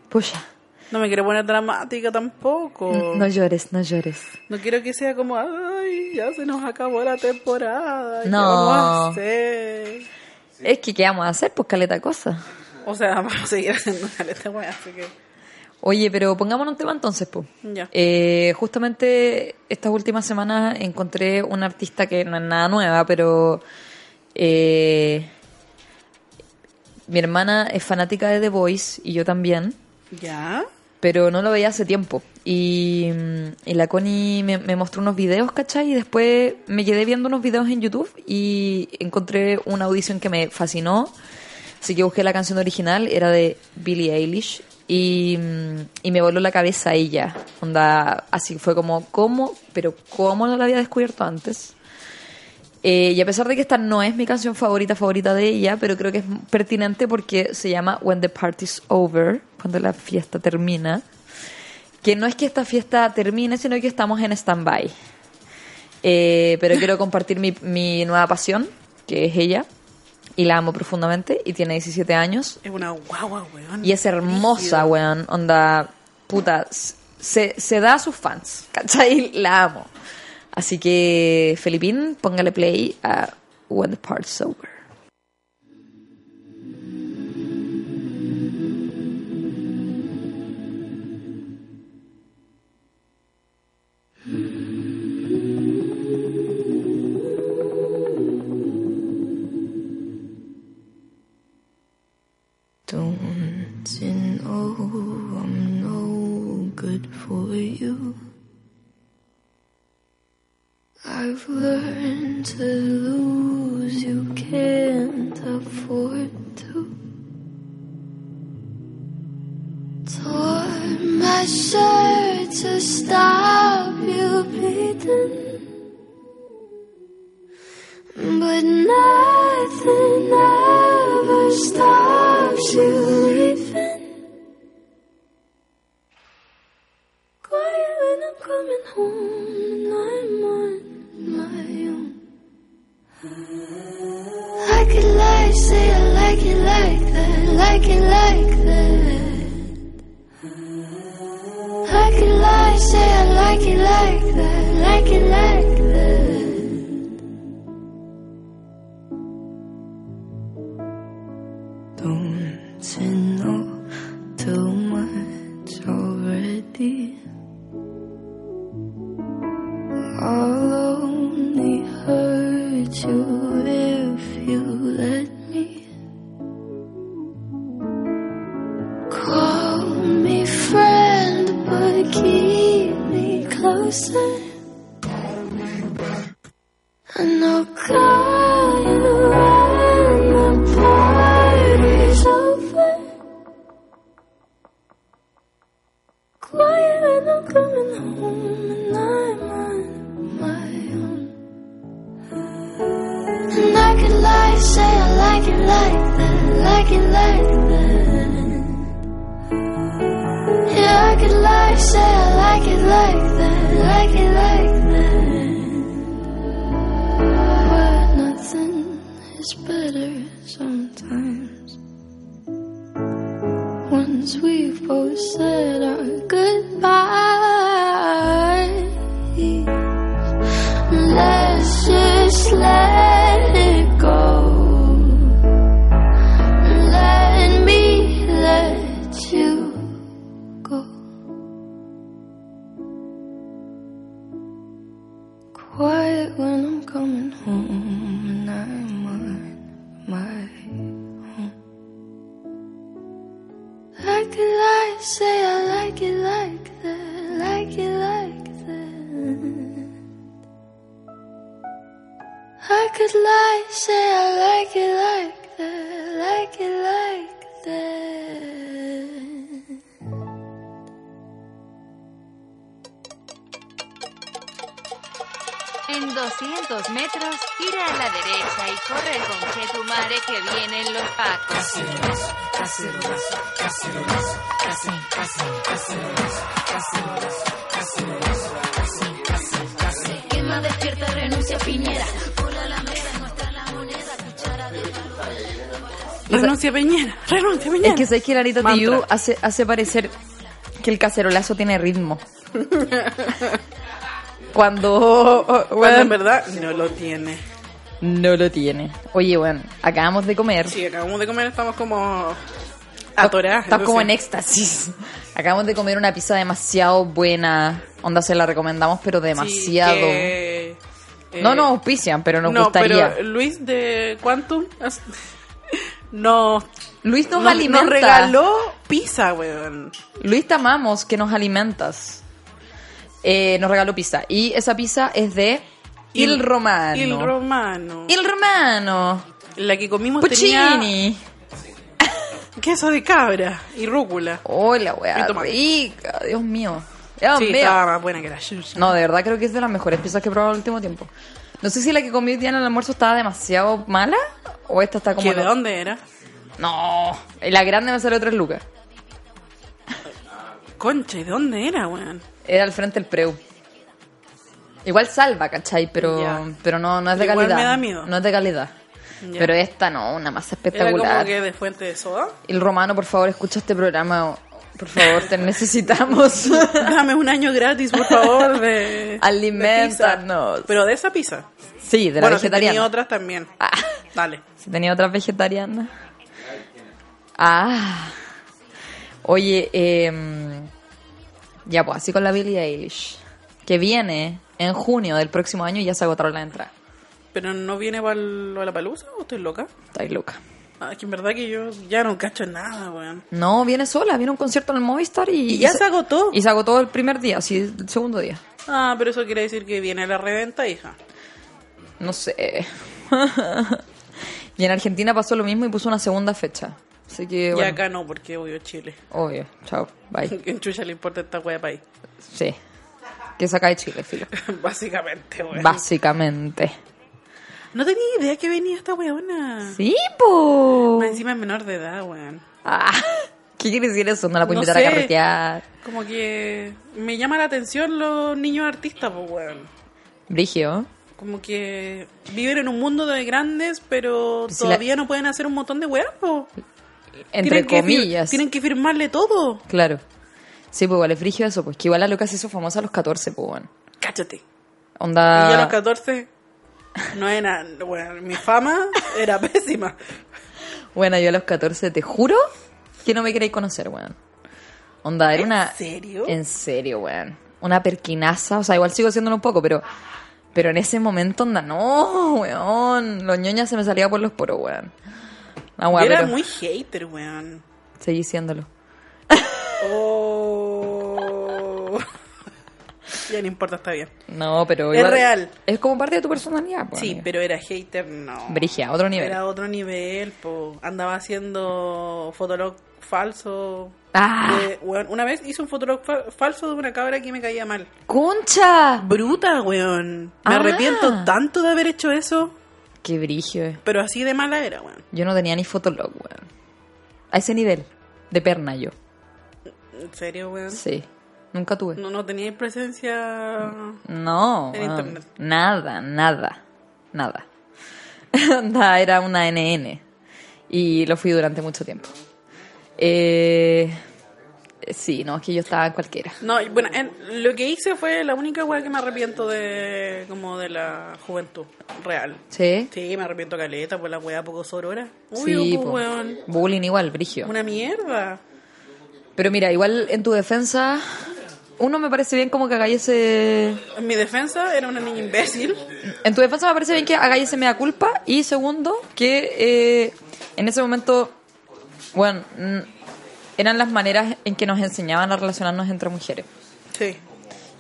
S4: Pucha.
S5: no me quiero poner dramática tampoco.
S4: No llores, no llores.
S5: No quiero que sea como, ay, ya se nos acabó la temporada. ¿Qué
S4: No.
S5: vamos a hacer?
S4: Es que, ¿qué vamos a hacer? Pues caleta cosa.
S5: O sea, vamos a seguir haciendo caleta weá, así que.
S4: Oye, pero pongámonos un tema entonces, pues.
S5: Ya.
S4: Eh, justamente estas últimas semanas encontré una artista que no es nada nueva, pero eh, mi hermana es fanática de The Voice y yo también,
S5: ¿Ya?
S4: pero no lo veía hace tiempo. Y, mm, y la Connie me, me mostró unos videos, ¿cachai? Y después me quedé viendo unos videos en YouTube y encontré una audición que me fascinó. Así que busqué la canción original, era de Billie Eilish. Y, mm, y me voló la cabeza ella. Onda, así fue como, ¿cómo? Pero ¿cómo no la había descubierto antes? Eh, y a pesar de que esta no es mi canción favorita, favorita de ella, pero creo que es pertinente porque se llama When the Party's Over, cuando la fiesta termina. Que no es que esta fiesta termine, sino que estamos en stand-by. Eh, pero quiero compartir mi, mi nueva pasión, que es ella, y la amo profundamente, y tiene 17 años,
S5: Es una guagua, weón.
S4: y es hermosa,
S5: Brígido.
S4: weón. Onda, puta, se, se da a sus fans, ¿cachai? La amo. Así que, Felipín, póngale play a When the Part's Over.
S1: I've learned to lose, you can't afford to. Tore my shirt to stop you bleeding, but nothing ever stops you leaving. Quiet when I'm coming home, and I'm on my own. Like it like, say I like it like that, like it like that. Like it like, say I like it like that, like it like that. Don't you know too much already? I'll only hurt you if you let me. Call me friend, but keep me closer. And I'll call you when the party's over. Quiet when I'm coming home, and I'm on my own. And I could lie, say I like it like that, like it like that. Yeah, I could lie, say I like it like that, like it like that. But nothing is better sometimes. Once we've both said our goodbyes. Let's just let it go. Let me let you go. Quiet when I'm coming home and I'm on my own. Like it like, say I like it like that, like it like that. I could lie, say I like it like that, like it like that.
S2: En 200 metros, gira a la derecha y corre con Chetumare que vienen los pacos.
S3: Quien más despierta renuncia a Piñera.
S5: Renuncia Peñera, renuncia Peñera.
S4: Es que sabéis que Larito
S5: Mantra.
S4: Tiyu hace, hace parecer que el cacerolazo tiene ritmo. Cuando.
S5: Bueno,
S4: bueno,
S5: en verdad no lo tiene.
S4: no lo tiene. Oye, bueno, acabamos de comer.
S5: Sí, acabamos de comer, estamos como atorados.
S4: Estás como en
S5: entonces-
S4: éxtasis. Acabamos de comer una pizza demasiado buena. Onda, se la recomendamos, pero demasiado.
S5: Sí, que, eh,
S4: No nos auspician, pero nos
S5: no,
S4: gustaría.
S5: pero Luis de Quantum as- nos,
S4: Luis nos,
S5: nos-
S4: alimenta.
S5: nos regaló pizza, weón.
S4: Luis te amamos, que nos alimentas. Eh, nos regaló pizza. Y esa pizza es de Il, Romano.
S5: Il Romano.
S4: Il Romano.
S5: La que comimos tenía
S4: Puccini.
S5: queso de cabra y rúcula.
S4: Hola, weá.
S5: Y tomate.
S4: Rica, Dios mío. Dios
S5: sí,
S4: mío.
S5: estaba más buena que la chucha.
S4: Oh, No, de verdad creo que es de las mejores pizzas que he probado en el último tiempo. No sé si la que comí hoy día en el almuerzo estaba demasiado mala o esta está como...
S5: ¿Que de
S4: no-
S5: dónde era?
S4: No, la grande me salió tres lucas.
S5: Concha, ¿y de dónde era, weón?
S4: Era al frente del Preu. Igual salva, ¿cachai? Pero,
S5: Ya.
S4: pero no, no es de
S5: Igual
S4: calidad.
S5: me da miedo.
S4: No es de calidad.
S5: Ya.
S4: Pero esta no, una masa
S5: Era como
S4: espectacular.
S5: que de fuente de soda.
S4: El romano, por favor, escucha este programa. Por favor, te necesitamos.
S5: Dame un año gratis, por favor, de.
S4: Aliméntanos.
S5: de pizza. Pero de esa pizza.
S4: sí, de la
S5: bueno, si
S4: vegetariana.
S5: tenía otras también.
S4: Ah,
S5: Dale.
S4: si tenía otra vegetariana. Ah. Oye, em, ya pues, así con la Billie Eilish. Que viene en junio del próximo año y ya se agotaron las entradas.
S5: Pero no viene para la palusa o estoy loca.
S4: Estáis loca.
S5: Ah, es que en verdad que yo ya no cacho nada, weón.
S4: No, viene sola, viene a un concierto en el Movistar y,
S5: Y ya se agotó.
S4: Y se agotó el primer día, sí, el segundo día.
S5: Ah, pero eso quiere decir que viene la reventa, hija.
S4: No sé. y en Argentina pasó lo mismo y puso una segunda fecha. Así que,
S5: Y
S4: bueno,
S5: acá no, porque obvio Chile.
S4: obvio. Chao, bye.
S5: Que en Chucha le importa esta wea país.
S4: Sí. Que saca de Chile, filo.
S5: Básicamente, weón.
S4: Básicamente.
S5: No tenía idea que venía esta weona.
S4: Sí, po.
S5: Más Encima es menor de edad, weón.
S4: Ah, ¿Qué quiere decir eso? No la puedo
S5: No
S4: invitar a
S5: sé.
S4: carretear.
S5: Como que me llama la atención los niños artistas, pues, weón.
S4: Brigio.
S5: Como que viven en un mundo de grandes, pero
S4: Pues si la-
S5: todavía no pueden hacer un montón de weas, po.
S4: Entre
S5: Tienen que fir-
S4: comillas.
S5: tienen que firmarle todo.
S4: Claro. Sí, pues igual es brigio eso, pues que igual la loca se hizo famosa a los 14, pues bueno.
S5: Cáchate. Y yo a
S4: Onda.
S5: los 14 no era... Bueno, mi fama era pésima.
S4: Bueno, yo a los 14, te juro que no me queréis conocer, weón. Onda, era una.
S5: serio?
S4: En serio, weón. Una perquinaza. O sea, igual sigo haciéndolo un poco, pero. Pero en ese momento, onda, no, weón. Los ñoñas se me salía por los poros, weón. Ah,
S5: Yo
S4: weón,
S5: era
S4: pero
S5: muy hater, weón.
S4: Seguí siéndolo.
S5: Oh. ya no importa, está bien.
S4: No, pero.
S5: Es
S4: igual-
S5: real.
S4: Es como parte de tu personalidad, pues.
S5: Sí, pero era hater, no.
S4: Brigia, otro nivel.
S5: Era otro nivel, po. Andaba haciendo fotolog falso.
S4: ¡Ah!
S5: De- weón, una vez hice un fotolog fa- falso de una cabra que me caía mal.
S4: ¡Concha!
S5: Bruta, weón. Me
S4: Ah.
S5: arrepiento tanto de haber hecho eso,
S4: ¡Qué brigio, eh.
S5: pero así de mala era, weón.
S4: Yo no tenía ni fotolog, weón. A ese nivel. De perna yo.
S5: En serio, weón.
S4: Sí. Nunca tuve.
S5: No, no tenía presencia.
S4: No,
S5: En
S4: weón.
S5: internet.
S4: nada, nada, nada. Onda, Era una NN y lo fui durante mucho tiempo. Eh, sí, no, es que yo estaba en cualquiera.
S5: No, y bueno, en- lo que hice fue la única weá que me arrepiento de como de la juventud real.
S4: ¿Sí?
S5: Sí, me arrepiento caleta por la weá poco sorora. Obvio, pues,
S4: po.
S5: weón.
S4: Bullying igual, brigio.
S5: Una mierda.
S4: Pero mira, igual en tu defensa, uno me parece bien como que hagáis ese...
S5: En mi defensa era una niña imbécil.
S4: En tu defensa me parece bien que hagáis ese mea culpa. Y segundo, que eh, en ese momento, bueno, mm, eran las maneras en que nos enseñaban a relacionarnos entre mujeres.
S5: Sí.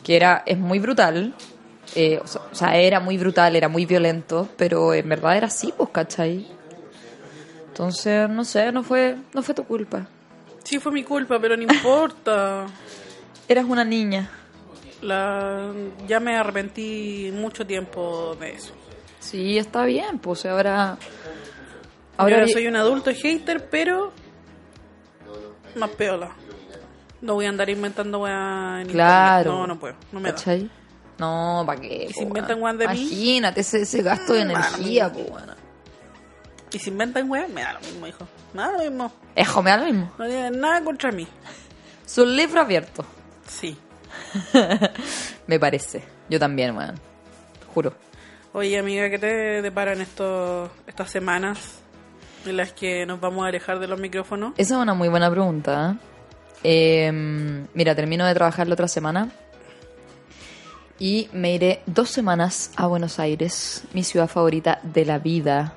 S4: que era es muy brutal. eh, o, sea, o sea, era muy brutal, era muy violento, pero en verdad era así, pues, ¿cachai? Entonces, no sé, no fue, no fue tu culpa.
S5: Sí, fue mi culpa, pero no importa.
S4: Eras una niña.
S5: La... Ya me arrepentí mucho tiempo de eso.
S4: Sí, está bien, pues, o sea, ahora...
S5: Ahora,
S4: Ahora vi-
S5: soy un adulto hater, pero más peola. No voy a andar inventando weá en
S4: Claro.
S5: internet. No, no puedo. No me da.
S4: ¿Cachai? No, ¿para qué?
S5: ¿Y si
S4: po,
S5: inventan
S4: weón?
S5: weón de mí? Mm,
S4: Imagínate ese, ese gasto de energía, pues, bueno.
S5: Y si inventan weá, me da lo mismo, hijo. Me da lo mismo.
S4: Ejo, me da lo mismo.
S5: No tienen nada contra mí.
S4: Es un libro abierto,
S5: Sí.
S4: me parece. Yo también, weón. Juro.
S5: Oye, amiga, ¿qué te deparan estos, estas semanas en las que nos vamos a alejar de los micrófonos?
S4: Esa es una muy buena pregunta. ¿eh? Eh, mira, termino de trabajar la otra semana y me iré dos semanas a Buenos Aires, mi ciudad favorita de la vida,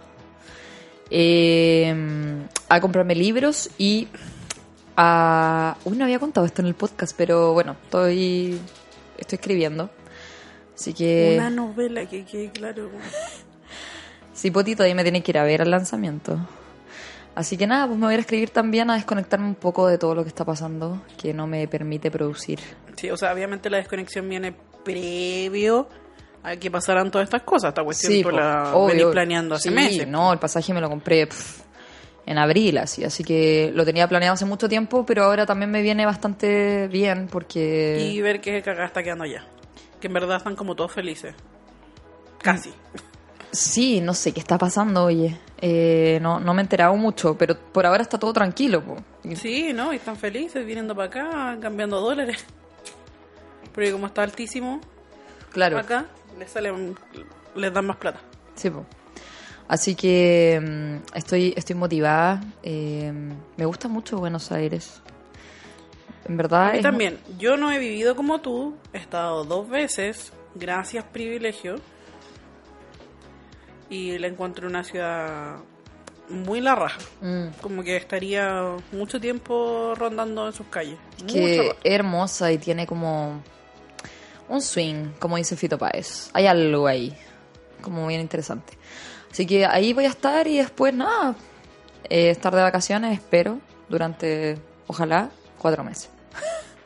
S4: eh, a comprarme libros y a... Uy, no había contado esto en el podcast, pero bueno, estoy, estoy escribiendo. Así que...
S5: Una novela que quede claro.
S4: Sí, Potito, ahí me tiene que ir a ver al lanzamiento. Así que nada, pues me voy a ir a escribir también a desconectarme un poco de todo lo que está pasando, que no me permite producir.
S5: Sí, o sea, obviamente la desconexión viene previo a que pasaran todas estas cosas. Esta cuestión
S4: Sí,
S5: tú
S4: pues,
S5: la
S4: obvio.
S5: venís planeando hace
S4: Sí,
S5: meses.
S4: no, el pasaje me lo compré pf, en abril, así, así que lo tenía planeado hace mucho tiempo, pero ahora también me viene bastante bien porque...
S5: Y ver qué cagada está quedando allá. Que en verdad están como todos felices. Casi.
S4: Sí, no sé qué está pasando, oye. Eh, no, no me he enterado mucho, pero por ahora está todo tranquilo. po.
S5: Sí, ¿no? Y están felices viniendo para acá, cambiando dólares. Porque como está altísimo
S4: Claro.
S5: acá, les, salen, les dan más plata.
S4: Sí, po. Así que mm, estoy, estoy motivada. eh, me gusta mucho Buenos Aires. En verdad.
S5: Y
S4: es-
S5: también, yo no he vivido como tú, he estado dos veces, gracias privilegio, y la encuentro una ciudad muy la raja.
S4: Mm.
S5: Como que estaría mucho tiempo rondando en sus calles. Mucho
S4: que
S5: rato.
S4: hermosa y tiene como un swing, como dice Fito Páez. Hay algo ahí, como bien interesante. Así que ahí voy a estar y después nada, eh, estar de vacaciones, espero, durante, ojalá, cuatro meses.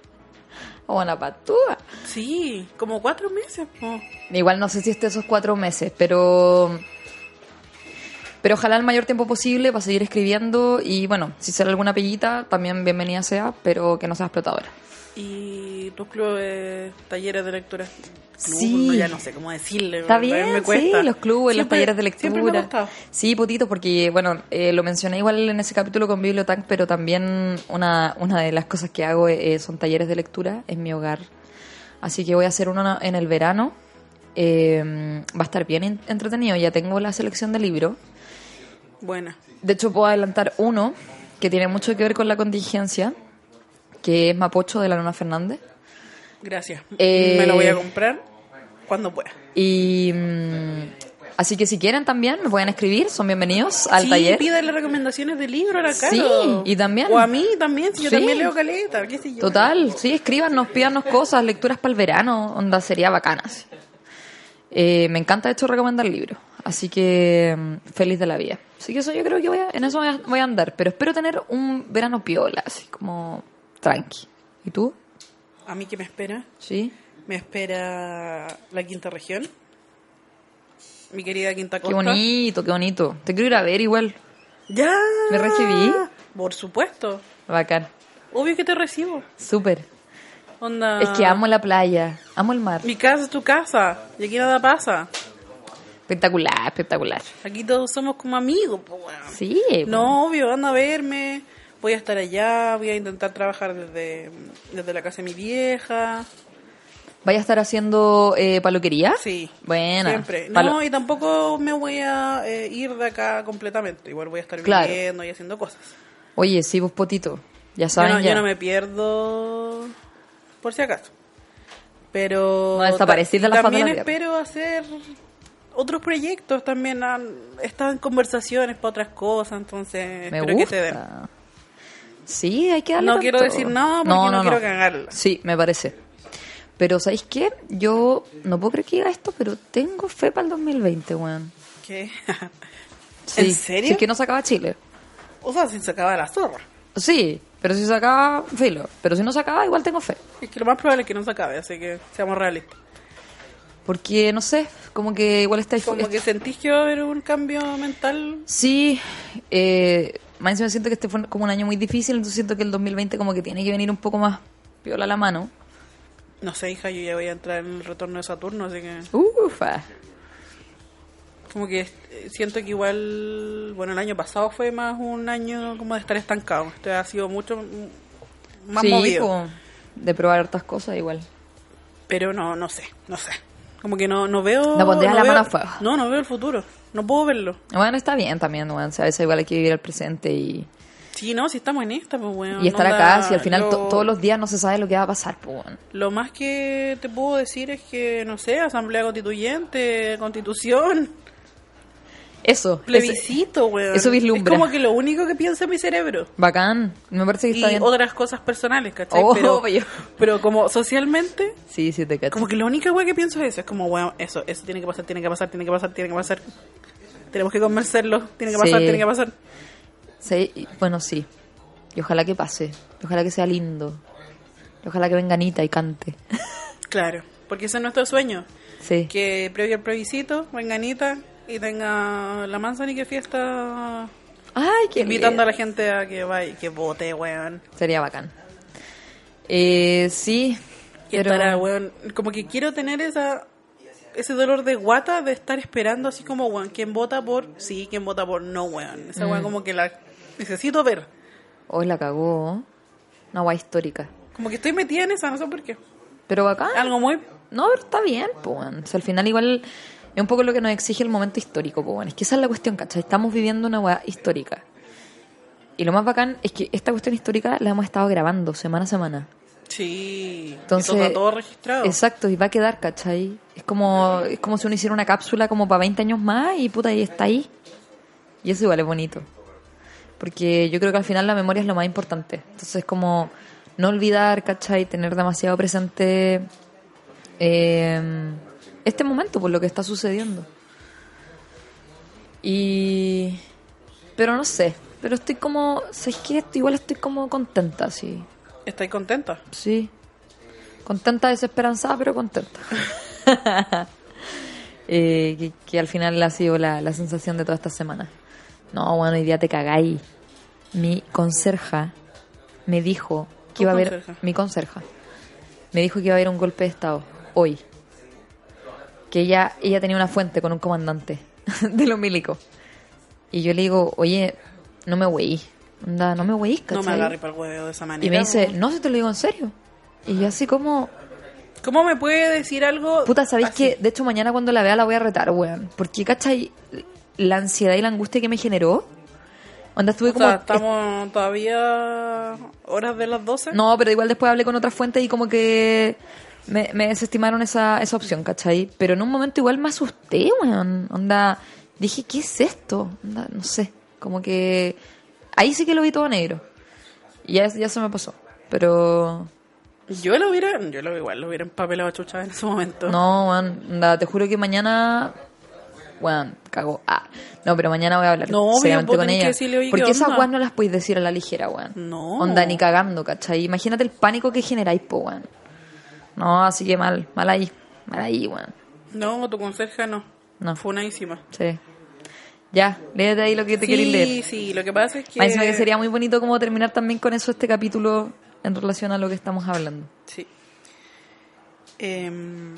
S4: o una patúa.
S5: Sí, como cuatro meses. po.
S4: Igual no sé si esté esos cuatro meses, pero... Pero ojalá el mayor tiempo posible para seguir escribiendo y bueno, si sale alguna pellita, también bienvenida sea, pero que no sea explotadora.
S5: Y tus clubes, talleres de lectura. Club,
S4: Sí.
S5: no, ya no sé cómo decirle.
S4: Está
S5: ¿verdad?
S4: bien,
S5: Me cuesta.
S4: sí, los clubes, los
S5: Siempre-
S4: talleres de lectura.
S5: Siempre me ha gustado.
S4: Sí, putito, porque, bueno, eh, lo mencioné igual en ese capítulo con Bibliotank, pero también una, una de las cosas que hago eh, son talleres de lectura en mi hogar. Así que voy a hacer uno en el verano. Eh, va a estar bien en- entretenido, ya tengo la selección de libros.
S5: Buena.
S4: De hecho, puedo adelantar uno que tiene mucho que ver con la contingencia, que es Mapocho de la Luna Fernández.
S5: Gracias.
S4: Eh,
S5: Me lo voy a comprar cuando pueda.
S4: Y mm, así que si quieren también, me pueden escribir, son bienvenidos al
S5: sí,
S4: taller.
S5: pídale recomendaciones de libro a la Caro.
S4: Sí, y también-
S5: O a mí también, si yo
S4: Sí.
S5: también leo caleta, qué sé yo.
S4: Total, sí, escríbanos, pídanos cosas, lecturas para el verano, onda, sería bacanas. Eh, me encanta de hecho recomendar libros, así que mm, feliz de la vida. Así que eso yo creo que voy a- en eso voy a, voy a andar, pero espero tener un verano piola, así como tranqui. ¿Y tú?
S5: A mí que me espera.
S4: ¿Sí?
S5: Me espera la quinta región. Mi querida quinta
S4: Qué
S5: costa.
S4: bonito, qué bonito. Te quiero ir a ver igual,
S5: ¡Ya!
S4: ¿Me recibí?
S5: Por supuesto.
S4: bacán,
S5: Obvio que te recibo.
S4: súper.
S5: Onda.
S4: Es que
S5: Ah.
S4: amo la playa, amo el mar.
S5: Mi casa es tu casa. Y aquí nada pasa.
S4: Espectacular, espectacular.
S5: Aquí todos somos como amigos, po, weón.
S4: Sí. pues.
S5: No, obvio, anda a verme. Voy a estar allá, voy a intentar trabajar desde, desde la casa de mi vieja.
S4: ¿Vaya a estar haciendo eh, paloquería?
S5: Sí.
S4: Buena.
S5: Siempre. No,
S4: Palo-
S5: y tampoco me voy a eh, ir de acá completamente. Igual voy a estar
S4: Claro.
S5: viviendo y haciendo cosas.
S4: Oye, sí, vos potito. Ya
S5: Yo
S4: saben
S5: no,
S4: ya.
S5: yo no me pierdo por si acaso. Pero
S4: No desaparecís de la
S5: ta-
S4: faz de la
S5: también
S4: tierra.
S5: espero hacer otros proyectos también han, están en conversaciones para otras cosas, entonces
S4: Me
S5: espero que se den.
S4: gusta. Sí, hay que darle
S5: No
S4: con
S5: quiero
S4: todo.
S5: decir nada porque no quiero cagarla.
S4: Sí, me parece. Pero ¿sabéis qué? Yo no puedo creer que diga esto, pero tengo fe para el 2020, weón.
S5: ¿Qué?
S4: Sí.
S5: ¿En serio?
S4: Si es que no se acaba Chile.
S5: o sea, si se acaba la zorra.
S4: Sí, pero si se acaba, filo. Pero si no se acaba, igual tengo fe.
S5: Es que lo más probable es que no se acabe, así que seamos realistas.
S4: Porque, no sé, como que igual está...
S5: Como que sentís que va a haber un cambio mental.
S4: Sí, eh, más encima siento que este fue como un año muy difícil, entonces siento que el 2020 como que tiene que venir un poco más piola a la mano.
S5: No sé, hija, yo ya voy a entrar en el retorno de Saturno, así que...
S4: Ufa.
S5: Como que eh, siento que igual, bueno, el año pasado fue más un año como de estar estancado. Este ha sido mucho mm, más
S4: Sí,
S5: movido.
S4: po, de probar hartas cosas igual.
S5: Pero no, no sé, no sé. Como que no, no veo...
S4: No pondría la
S5: veo-
S4: mano a fuego.
S5: No, no veo el futuro. No puedo verlo.
S4: Bueno, está bien también, bueno, o sea, a veces igual hay que vivir el presente y,
S5: Sí, no, si estamos en esta, pues bueno.
S4: y estar
S5: onda,
S4: acá, si al final
S5: lo-
S4: to- todos los días no se sabe lo que va a pasar, pues bueno.
S5: Lo más que te puedo decir es que, no sé, asamblea constituyente, constitución,
S4: Eso, ese-
S5: plebiscito, weón.
S4: eso vislumbra.
S5: Es como que lo único que piensa mi cerebro.
S4: bacán, me parece que
S5: Y
S4: está bien.
S5: otras cosas personales, ¿cachai?
S4: Oh,
S5: pero,
S4: obvio.
S5: pero como socialmente,
S4: Sí, sí, te cacho.
S5: como que la única weá que pienso es eso. Es como, weón, eso, eso tiene que pasar, tiene que pasar, tiene que pasar, tiene que pasar. Tenemos que convencerlo, tiene que
S4: Sí.
S5: pasar, tiene que pasar.
S4: Sí, y- bueno, sí. Y ojalá que pase, y ojalá que sea lindo, y ojalá que venga Anita y cante.
S5: Claro, porque ese es nuestro sueño.
S4: Sí.
S5: Que previo al plebiscito, venga Anita y tenga la manzanique fiesta
S4: Ay, qué
S5: invitando
S4: lindo.
S5: a la gente a que vaya, que vote, weón.
S4: Sería bacán. Eh, sí,
S5: Y
S4: pero
S5: estará, weón, como que quiero tener esa ese dolor de guata de estar esperando así como, weón, ¿quién vota por sí, quién vota por no, weón? Esa
S4: Mm.
S5: weón como que la necesito ver.
S4: hoy la cagó. Una guay histórica.
S5: Como que estoy metida en esa, no sé por qué.
S4: Pero bacán.
S5: Algo muy...
S4: No, pero está bien, pues. O sea, al final igual es un poco lo que nos exige el momento histórico, pues. Es que esa es la cuestión, ¿cachai? Estamos viviendo una weá histórica. Y lo más bacán es que esta cuestión histórica la hemos estado grabando semana a semana.
S5: Sí,
S4: Entonces,
S5: Entonces, está todo registrado.
S4: Exacto, y va a quedar, ¿cachai? Es como, es como si uno hiciera una cápsula como para 20 años más y puta, y está ahí. Y eso igual es bonito. Porque yo creo que al final la memoria es lo más importante. Entonces, como no olvidar, ¿cachai? Tener demasiado presente eh, este momento por lo que está sucediendo. Y. Pero no sé. Pero estoy como. ¿Sabes qué? Estoy- Igual estoy como contenta, sí.
S5: ¿Estáis contenta?
S4: Sí. Contenta, desesperanzada, pero contenta. Eh, que, que al final ha sido la, la sensación de toda esta semana. No, bueno, hoy día te cagáis. Mi conserja me dijo
S5: Tu
S4: que iba a haber...
S5: conserja.
S4: Mi conserja. Me dijo que iba a haber un golpe de Estado hoy. Que ella, ella tenía una fuente con un comandante de los milicos. Y yo le digo, oye, no me hueí. Onda, no me hueí,
S5: No me
S4: ¿cachai?
S5: agarré para el huevo de esa manera.
S4: Y me dice,
S5: po.
S4: no, si te lo digo en serio. Y yo así como,
S5: ¿Cómo me puede decir algo?
S4: puta, ¿sabéis
S5: así?
S4: que De hecho, mañana cuando la vea la voy a retar, weón. Porque, ¿cachai? La ansiedad y la angustia que me generó. Onda estuve
S5: O
S4: como...
S5: sea, estamos todavía horas de las 12.
S4: No, pero igual después hablé con otra fuente y como que me, me desestimaron esa, esa opción, ¿cachai? Pero en un momento igual me asusté, weón. Onda, dije, ¿qué es esto? Onda, no sé, como que... Ahí sí que lo vi todo negro. Y ya, ya se me pasó. Pero...
S5: Yo lo hubiera, yo lo igual, lo hubiera empapelado a chucha en ese momento.
S4: No, weón, onda, te juro que mañana. Weón, cago. Ah, no, pero mañana voy a hablar
S5: No, obvio,
S4: seriamente
S5: vos
S4: con
S5: tenés
S4: ella.
S5: que decirle, oye,
S4: porque
S5: ¿qué
S4: esas
S5: onda?
S4: weas no las podéis decir a la ligera, weón.
S5: No.
S4: Onda, ni cagando, ¿cachai? Imagínate el pánico que generáis, po, weón. No, así que mal, mal ahí. Mal ahí, weón.
S5: No, tu conserja no.
S4: No.
S5: Funadísima.
S4: Sí. Ya, léete ahí lo que te querís leer.
S5: Sí, sí, lo que pasa es que...
S4: Más encima que sería muy bonito como terminar también con eso este capítulo en relación a lo que estamos hablando.
S5: Sí. Em,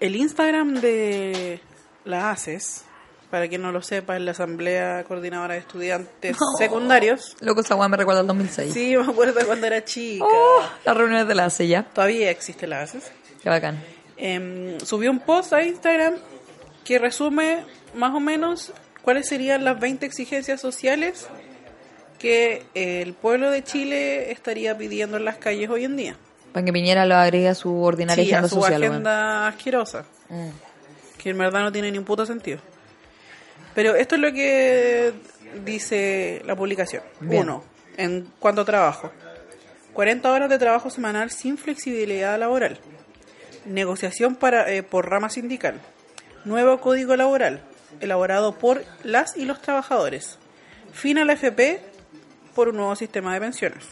S5: el Instagram de la ACES, para quien no lo sepa, es la Asamblea Coordinadora de Estudiantes Secundarios.
S4: Loco, esa weón me recuerda al 2006.
S5: Sí, me acuerdo cuando era chica.
S4: Oh, las reuniones de la hace ya.
S5: Todavía existe la E ACES.
S4: Qué bacán.
S5: Em, subió un post a Instagram que resume más o menos cuáles serían las 20 exigencias sociales que eh, el pueblo de Chile estaría pidiendo en las calles hoy en día.
S4: Para que Piñera lo agregue a su ordinaria
S5: Sí, a
S4: agenda
S5: su
S4: social. weón. Mm.
S5: agenda asquerosa, que en verdad no tiene ni un puto sentido. Pero esto es lo que dice la publicación.
S4: Bien.
S5: Uno, en cuanto a trabajo. 40 horas de trabajo semanal sin flexibilidad laboral. Negociación para, eh, por rama sindical. Nuevo código laboral, elaborado por las y los trabajadores. Fin a la FP por un nuevo sistema de pensiones.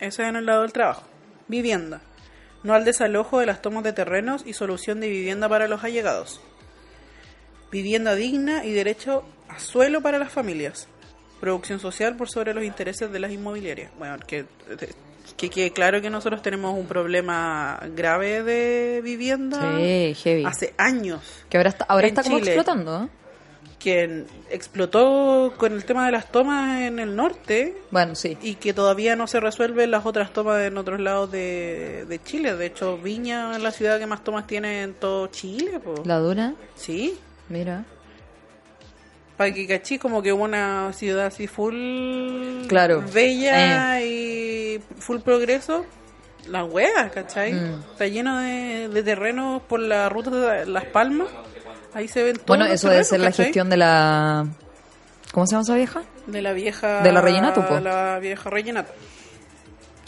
S5: Eso es en el lado del trabajo. Vivienda. No al desalojo de las tomas de terrenos y solución de vivienda para los allegados. Vivienda digna y derecho a suelo para las familias. Producción social por sobre los intereses de las inmobiliarias. Bueno, que eh, que quede claro que nosotros tenemos un problema grave de vivienda.
S4: Sí, heavy.
S5: Ah. Hace años
S4: Que ahora está, ahora
S5: En
S4: está como
S5: Chile.
S4: explotando. ¿eh?
S5: que explotó con el tema de las tomas en el norte
S4: Bueno, sí.
S5: y que todavía no se resuelven las otras tomas en otros lados de, de Chile. De hecho, Viña es la ciudad que más tomas tiene en todo Chile. po.
S4: La dura,
S5: Sí,
S4: mira.
S5: para que cachí como que hubo una ciudad así full
S4: Claro. Eh.
S5: bella y full progreso. Las huevas, ¿cachai?
S4: Mm.
S5: Está lleno de, de terrenos por la ruta de Las Palmas. Ahí se ven todos
S4: Bueno,
S5: los
S4: eso debe
S5: terrenos,
S4: ser la
S5: ¿cachai?
S4: gestión de la. ¿Cómo se llama esa vieja?
S5: De la vieja...
S4: De la Rellenato, po.
S5: La vieja rellenato.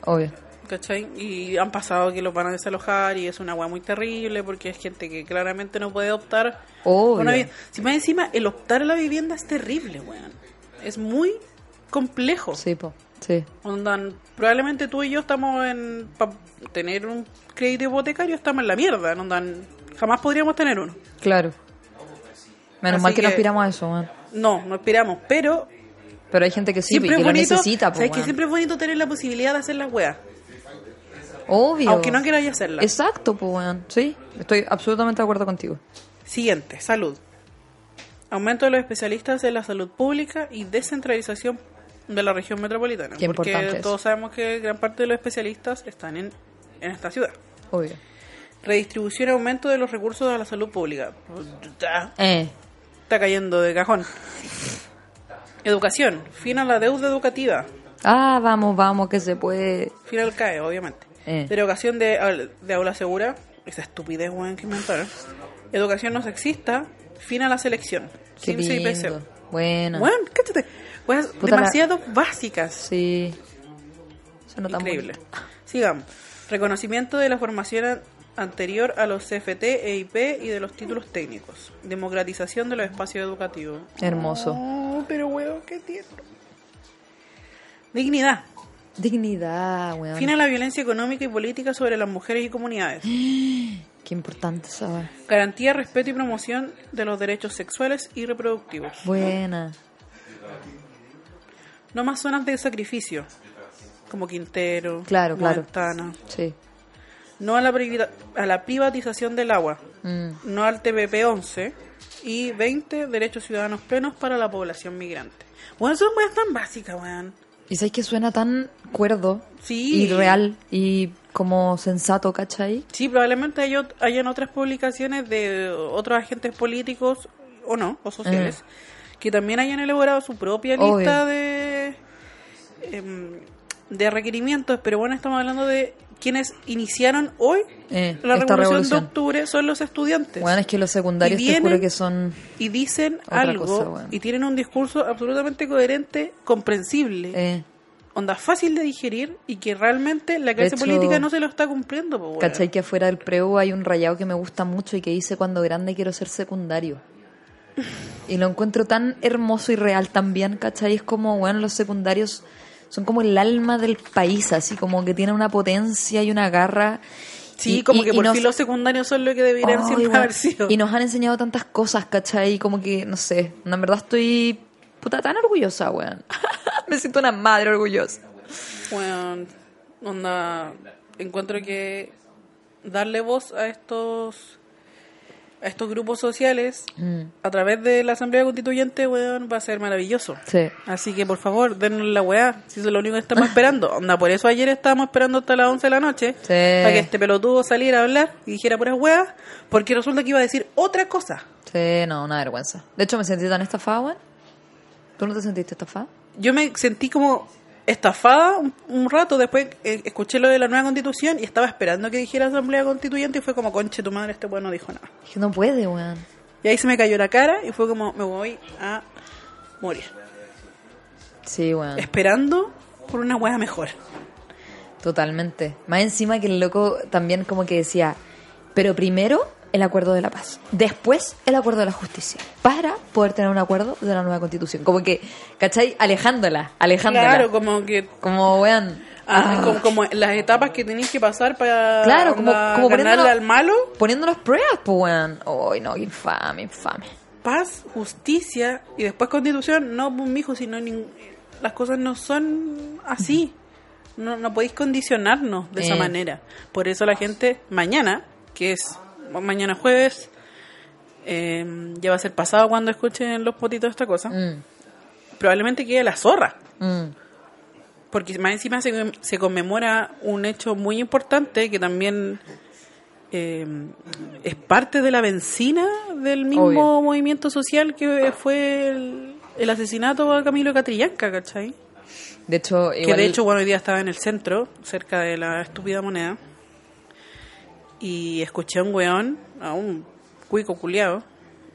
S4: Obvio.
S5: ¿Cachai? Y han pasado que los van a desalojar y es una agua muy terrible porque es gente que claramente no puede optar.
S4: Obvio.
S5: Una vi- si más encima, el optar a la vivienda es terrible, weón. Es muy complejo.
S4: Sí, po. Sí.
S5: Onda, probablemente tú y yo estamos en. Para tener un crédito hipotecario estamos en la mierda. Onda, jamás podríamos tener uno.
S4: Claro. Menos
S5: Así
S4: mal que, no
S5: que-
S4: aspiramos a eso, man.
S5: No, no esperamos, pero
S4: Pero hay gente que sí, y
S5: siempre es
S4: que lo
S5: bonito.
S4: necesita, po,
S5: ¿sabes que
S4: weón.
S5: siempre es bonito tener la posibilidad de hacer las weas.
S4: Obvio.
S5: Aunque no queráis hacerlas.
S4: Exacto, pues, weón. Sí, estoy absolutamente de acuerdo contigo.
S5: Siguiente, salud. Aumento de los especialistas en la salud pública y descentralización de la región metropolitana.
S4: Qué
S5: porque
S4: importante eso.
S5: todos sabemos que gran parte de los especialistas están en, en esta ciudad.
S4: Obvio.
S5: Redistribución y aumento de los recursos de la salud pública. Ya,
S4: Eh.
S5: Está cayendo de cajón. Educación. Fin a la deuda educativa.
S4: Ah, vamos, vamos, que se puede.
S5: Fin al CAE, obviamente.
S4: Eh.
S5: Derogación de, aul- de aula segura. Esa estupidez, weón, que inventaron. Educación no sexista. Fin a la selección.
S4: Qué
S5: Sin CIPC.
S4: lindo. Buena.
S5: Bueno, cáchate. Weas
S4: Puta la-
S5: demasiado básicas.
S4: Sí. Se nota
S5: Increíble.
S4: mucho.
S5: Sigamos. Reconocimiento de la formación an- anterior a los CFT, EIP E y de los títulos técnicos. Democratización de los espacios educativos.
S4: Hermoso.
S5: Oh, pero weón, qué tierno. Dignidad.
S4: Dignidad, weón.
S5: Fin a la violencia económica y política sobre las mujeres y comunidades.
S4: Qué importante saber.
S5: Garantía, respeto y promoción de los derechos sexuales y reproductivos.
S4: Buena.
S5: No más zonas de sacrificio, como Quintero,
S4: Claro, claro.
S5: Montana.
S4: Sí.
S5: No a la, privida- a la privatización del agua.
S4: Mm.
S5: No al TPP 11. Y 20, derechos ciudadanos plenos para la población migrante. Bueno, son weas tan básicas, weón.
S4: Y sabes que suena tan cuerdo
S5: Sí.
S4: y real y como sensato, ¿cachai?
S5: Sí, probablemente hay ot- hayan otras publicaciones de otros agentes políticos, o no, o sociales, que también hayan elaborado su propia
S4: Mm. Obvio.
S5: lista de, em, de requerimientos. Pero bueno, estamos hablando de quienes iniciaron hoy
S4: Eh,
S5: la
S4: esta
S5: revolución,
S4: revolución.
S5: de octubre, son los estudiantes.
S4: Bueno, es que los secundarios
S5: Y
S4: te juro
S5: vienen-
S4: que son...
S5: y dicen
S4: Otra
S5: algo
S4: cosa, bueno.
S5: y tienen un discurso absolutamente coherente, comprensible,
S4: Eh,
S5: onda fácil de digerir y que realmente la
S4: De
S5: clase
S4: hecho,
S5: política no se lo está cumpliendo. po, weón.
S4: ¿Cachai? Que afuera del preu hay un rayado que me gusta mucho y que dice cuando grande quiero ser secundario. Y lo encuentro tan hermoso y real también, ¿cachai? Es como, bueno, los secundarios son como el alma del país, así como que tienen una potencia y una garra.
S5: Sí,
S4: Y-
S5: como
S4: y-
S5: que
S4: y
S5: por
S4: nos-
S5: fin los secundarios son lo que deberían
S4: Ay,
S5: siempre
S4: weón.
S5: haber sido.
S4: Y nos han enseñado tantas cosas, ¿cachai? Como que, no sé, en verdad estoy puta tan orgullosa, weón. Me siento una madre orgullosa.
S5: Weón, onda, encuentro que darle voz a estos a estos grupos sociales
S4: Mm.
S5: a través de la Asamblea Constituyente, weón, va a ser maravilloso.
S4: Sí.
S5: Así que por favor, denos la weá, si eso es lo único que estamos esperando. Onda, por eso ayer estábamos esperando hasta las 11 de la noche,
S4: Sí.
S5: para que este pelotudo saliera a hablar y dijera puras weas, porque resulta que iba a decir otra cosa.
S4: Sí, no, una vergüenza. De hecho, me sentí tan estafada, weón. ¿Tú no te sentiste estafada?
S5: yo me sentí como estafada un, un rato después eh, escuché lo de la nueva constitución y estaba esperando que dijera asamblea constituyente y fue como conche tu madre este bueno no dijo nada
S4: Dije, no puede, weón.
S5: y ahí se me cayó la cara y fue como me voy a morir
S4: Sí, weón.
S5: esperando por una hueá mejor
S4: Totalmente. Más encima que el loco también como que decía, pero primero el acuerdo de la paz, después el acuerdo de la justicia, para poder tener un acuerdo de la nueva constitución. Como que, ¿cachai? Alejándola, alejándola.
S5: claro como que
S4: Como, weón.
S5: ah,
S4: ah,
S5: como, como las etapas que tenéis que pasar para
S4: Claro, como,
S5: onda,
S4: como
S5: ganarle
S4: poniéndonos-
S5: al malo
S4: Poniéndonos pruebas, pues, weón. Ay, no, qué infame, infame.
S5: paz, justicia y después constitución, no, pues, mijo, sino las cosas no son así. No, no podéis condicionarnos de esa
S4: Eh.
S5: manera. Por eso la gente mañana, que es mañana jueves, eh, ya va a ser pasado cuando escuchen los potitos esta cosa,
S4: Mm,
S5: probablemente quede la zorra.
S4: mm.
S5: Porque más encima se, se conmemora un hecho muy importante que también eh, es parte de la benzina del mismo
S4: Obvio.
S5: movimiento social que fue el, el asesinato a Camilo Catrillanca, ¿cachai?
S4: De hecho, igual...
S5: Que de hecho, bueno, hoy día estaba en el centro, cerca de la estúpida moneda, y escuché a un weón, a un cuico culiado,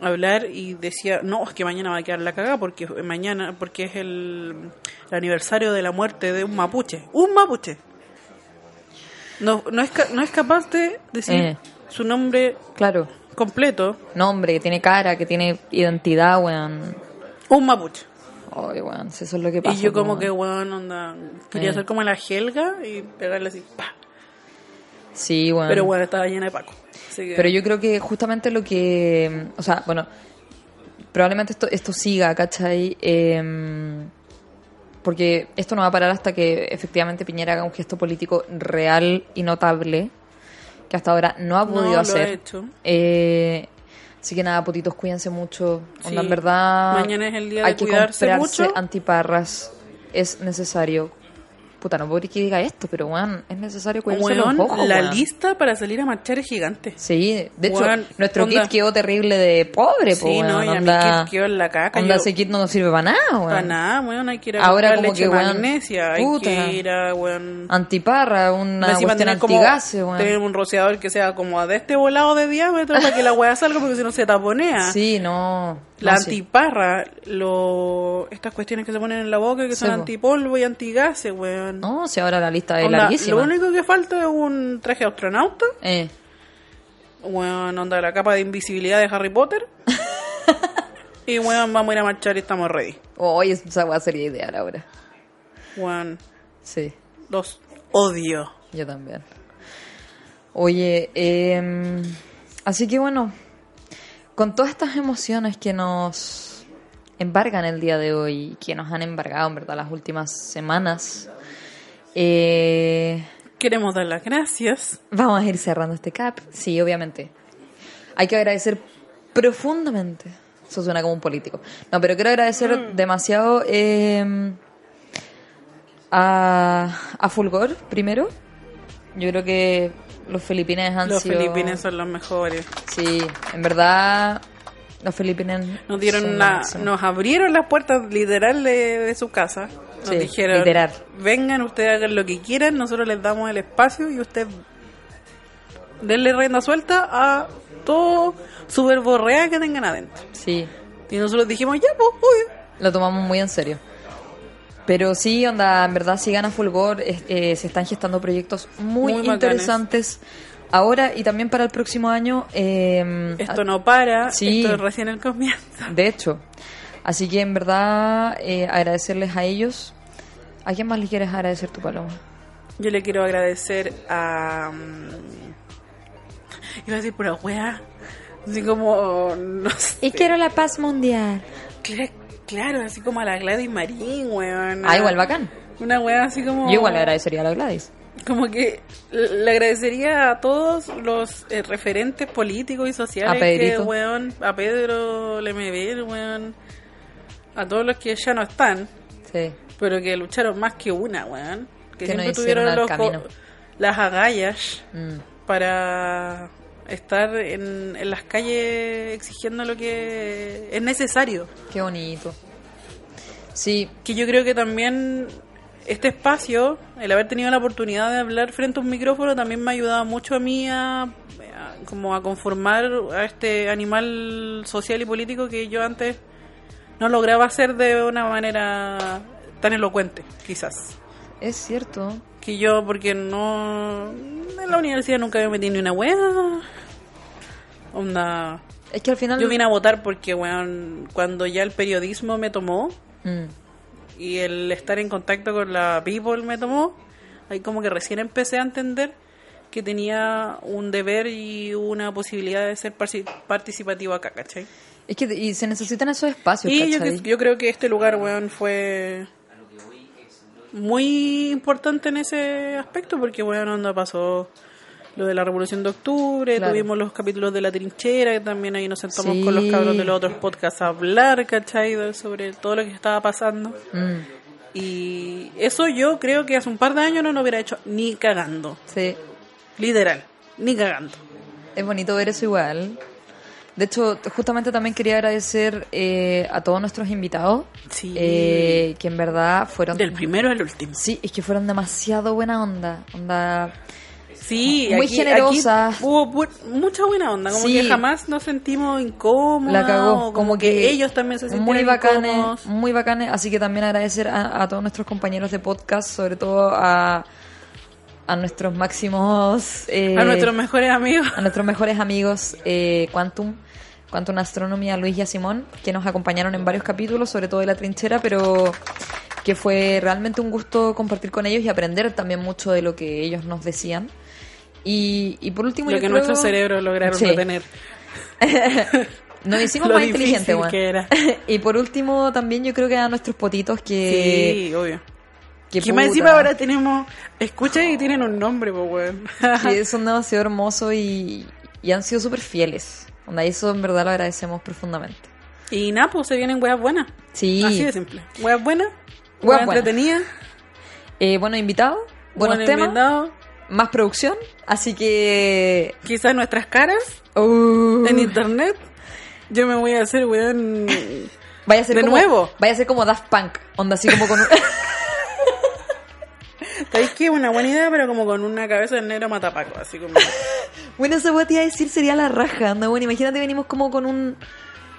S5: hablar y decía, no, es que mañana va a quedar la cagada porque mañana, porque es el, el aniversario de la muerte de un mapuche. ¡Un mapuche! No, no, es, ca- no es capaz de decir
S4: Eh.
S5: su nombre
S4: Claro.
S5: completo,
S4: Nombre, que tiene cara, que tiene identidad, weón.
S5: un mapuche.
S4: Ay, weón, si eso es lo que pasa.
S5: Y yo como
S4: pues,
S5: que,
S4: weón.
S5: weón, onda, quería
S4: Eh.
S5: hacer como la Helga y pegarle así, pa.
S4: Sí, weón.
S5: Pero bueno, estaba llena de Paco. Así que-
S4: Pero yo creo que justamente lo que. O sea, bueno, probablemente esto, esto siga, ¿cachai? Eh, porque esto no va a parar hasta que efectivamente Piñera haga un gesto político real y notable, que hasta ahora no ha
S5: No
S4: podido
S5: lo ha
S4: hacer.
S5: hecho.
S4: Eh, así que nada, potitos, cuídense mucho.
S5: Sí.
S4: Onda, en verdad.
S5: Mañana es el día de
S4: hay que
S5: cuidarse
S4: comprarse
S5: mucho.
S4: antiparras. Es necesario. Puta, no puedo creer que diga esto, pero weón, es necesario cuidarse
S5: Weón,
S4: los ojos,
S5: la
S4: weón.
S5: lista para salir a marchar es gigante.
S4: Sí, de hecho,
S5: Weón,
S4: nuestro
S5: onda.
S4: kit quedó terrible de pobre, po,
S5: sí, no,
S4: pues, weón,
S5: y a
S4: onda-
S5: mi kit quedó en la caca.
S4: onda,
S5: yo-
S4: ese kit no nos sirve para nada, weón.
S5: Para nada, weón, hay que ir a
S4: Ahora
S5: comprar
S4: como
S5: leche
S4: que, weón,
S5: magnesia, hay
S4: puta.
S5: que ir a, weón...
S4: Antiparra, una
S5: Más encima
S4: cuestión
S5: tener como-
S4: antigase, weón.
S5: tener un rociador que sea como de este volado de diámetro para que la weá salga porque si no se taponea.
S4: Sí, no.
S5: La
S4: no, sí.
S5: antiparra, lo... estas cuestiones que se ponen en la boca que
S4: Sí,
S5: son
S4: po.
S5: antipolvo y antigases, weón.
S4: No, si ahora la lista es
S5: Onda,
S4: larguísima.
S5: lo único que falta es un traje de astronauta,
S4: Eh,
S5: weón, onda la capa de invisibilidad de Harry Potter. y weón, vamos a ir a marchar y estamos ready.
S4: Oh, oye, esa weá sería ideal ahora.
S5: Weón,
S4: Sí,
S5: los odio.
S4: yo también. Oye, eh, así que bueno, con todas estas emociones que nos embargan el día de hoy, que nos han embargado en verdad las últimas semanas, eh,
S5: Queremos dar las gracias.
S4: Vamos a ir cerrando este cap. Sí, obviamente. Hay que agradecer profundamente. Eso suena como un político. No, pero quiero
S5: Mm.
S4: agradecer demasiado eh, a, a Fulgor primero. Yo creo que los filipines han
S5: Los
S4: sido.
S5: filipines son los mejores.
S4: Sí, en verdad. Los filipines.
S5: Nos dieron
S4: son lo
S5: una,
S4: máximo.
S5: nos abrieron las puertas literal de, de su casa. Nos
S4: Sí,
S5: dijeron,
S4: literal.
S5: vengan, ustedes hagan lo que quieran, nosotros les damos el espacio y ustedes denle rienda suelta a todo su verborrea que tengan adentro.
S4: Sí,
S5: Y nosotros dijimos, ya, pues, obvio.
S4: lo tomamos muy en serio. Pero sí, onda, en verdad, si gana Fulgor, es- eh, se están gestando proyectos muy,
S5: Muy bacanes.
S4: interesantes ahora y también para el próximo año. eh,
S5: Esto no para,
S4: Sí.
S5: esto es recién el comienzo.
S4: De hecho. Así que, en verdad, eh, agradecerles a ellos. ¿A quién más les quieres agradecer tu paloma?
S5: Yo le quiero agradecer a... mm, Iba a decir, pero wea, así como, no sé.
S4: Y quiero la paz mundial.
S5: Cla- Claro, así como a la Gladys Marín, weón.
S4: Ah, igual bacán.
S5: Una weá así como.
S4: Yo igual le agradecería a la Gladys.
S5: Como que le agradecería a todos los eh, referentes políticos y sociales.
S4: A Pedrito.
S5: Que, weón, a Pedro Lemebel, weón. A todos los que ya no están,
S4: Sí.
S5: pero que lucharon más que una, weón. Que,
S4: Que no
S5: siempre
S4: hicieron
S5: tuvieron
S4: al
S5: los
S4: camino.
S5: co- las agallas
S4: Mm.
S5: para estar en, en las calles exigiendo lo que es necesario.
S4: Qué bonito. Sí,
S5: que yo creo que también este espacio, el haber tenido la oportunidad de hablar frente a un micrófono, también me ha ayudado mucho a mí a, a- como a conformar a este animal social y político que yo antes no lograba hacer de una manera tan elocuente, quizás.
S4: es cierto.
S5: Que yo, porque no... En la universidad nunca me metí ni una hueá. Onda...
S4: Es que al final.
S5: Yo vine a votar porque, weón, cuando ya el periodismo me tomó,
S4: Mm.
S5: y el estar en contacto con la people me tomó. Ahí como que recién empecé a entender que tenía un deber y una posibilidad de ser parci- participativo acá, ¿cachai?
S4: Es que y se necesitan esos espacios,
S5: Y yo,
S4: ¿cachai?
S5: yo creo que este lugar, weón, fue muy importante en ese aspecto porque, weón, onda pasó lo de la Revolución de Octubre,
S4: Claro.
S5: tuvimos los capítulos de La Trinchera, que también ahí nos sentamos
S4: Sí.
S5: con los cabros de los otros podcasts a hablar, ¿cachai? De- Sobre todo lo que estaba pasando.
S4: Mm,
S5: Y eso yo creo que hace un par de años no lo hubiera hecho ni cagando.
S4: sí,
S5: Literal, ni cagando.
S4: es bonito ver eso igual. De hecho, t- justamente también quería agradecer eh, a todos nuestros invitados,
S5: Sí.
S4: eh, que en verdad fueron...
S5: Del primero al último.
S4: Sí, es que fueron demasiado buena onda. onda
S5: Sí,
S4: Muy
S5: aquí-
S4: generosa.
S5: aquí hubo bu- mucha buena onda. Como
S4: Sí.
S5: que jamás nos sentimos incómodos.
S4: la cagó.
S5: Como, que, ellos también se sintieron
S4: muy bacanes,
S5: incómodos.
S4: muy bacanes. Así que también agradecer a, a todos nuestros compañeros de podcast, sobre todo a, a nuestros máximos... eh,
S5: A nuestros mejores amigos.
S4: a nuestros mejores amigos eh, Quantum, Quantum Astronomy, a Luis y a Simón, que nos acompañaron en varios capítulos, sobre todo de la trinchera, pero que fue realmente un gusto compartir con ellos y aprender también mucho de lo que ellos nos decían. Y, y por último,
S5: Lo que
S4: yo creo-
S5: nuestros cerebros lograron
S4: Sí.
S5: retener.
S4: Nos hicimos
S5: Lo
S4: más inteligentes,
S5: difícil
S4: weón.
S5: que era.
S4: Y por último, también yo creo que a nuestros potitos que.
S5: sí, obvio.
S4: que
S5: Que más
S4: Eh, puta,
S5: encima ahora tenemos... Escucha y tienen un nombre, pues, weón.
S4: que son demasiado hermosos y, y han sido súper fieles. Onda, eso en verdad lo agradecemos profundamente.
S5: Y nada, pues se vienen weas buenas.
S4: Sí.
S5: Así de simple. Weas buenas,
S4: Weas
S5: weas
S4: buenas.
S5: entretenidas.
S4: Eh, bueno, invitado, buenos
S5: Buen
S4: temas,
S5: invitado.
S4: más producción, así que...
S5: Quizás nuestras caras
S4: uh,
S5: en internet. Yo me voy a hacer, weón.
S4: vaya a ser
S5: de
S4: como-
S5: nuevo.
S4: Vaya a ser como Daft Punk, onda así como con... un-
S5: ¿Sabéis qué? Una buena idea, pero como con una cabeza de negro matapaco. Así como.
S4: Bueno, esa weá te iba a decir sería la raja. Onda, bueno, imagínate venimos como con un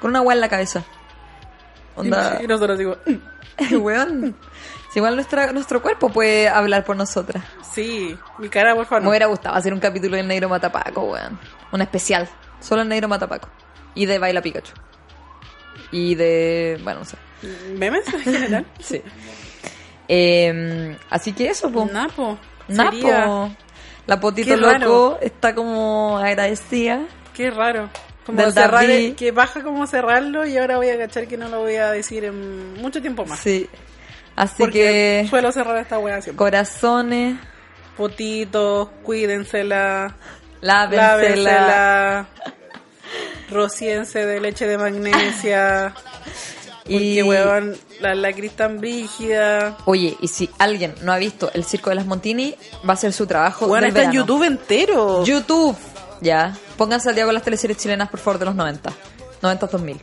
S4: con una weá en la cabeza. Onda,
S5: Y nosotros digo.
S4: weón. Si igual nuestra, nuestro cuerpo puede hablar por nosotras.
S5: Sí, mi cara, por favor.
S4: Me
S5: no.
S4: hubiera gustado hacer un capítulo del negro matapaco, weón. Una especial. Solo el negro matapaco. Y de Baila Pikachu. Y de. Bueno, no sé.
S5: ¿Memes en general?
S4: Sí. Eh, así que eso, pues.
S5: Napo.
S4: Napo.
S5: Sería-
S4: La potito
S5: Qué raro.
S4: loco está como agradecida.
S5: Qué raro. Como
S4: Del
S5: cerrar
S4: David.
S5: el- que baja como cerrarlo y ahora voy a cachar que no lo voy a decir en mucho tiempo más.
S4: Sí. Así
S5: porque
S4: que.
S5: suelo cerrar esta wea siempre.
S4: Corazones,
S5: Potitos, cuídensela,
S4: lávensela.
S5: lávensela, rociense de leche de magnesia,
S4: Y,
S5: que huevan la lacris tan brígida.
S4: oye, y si alguien no ha visto el Circo de las Montini, va a ser su trabajo
S5: Bueno,
S4: del
S5: está en
S4: verano.
S5: YouTube entero.
S4: YouTube. Ya. Pónganse al día con las teleseries chilenas, por favor, de los 90. 90 2000.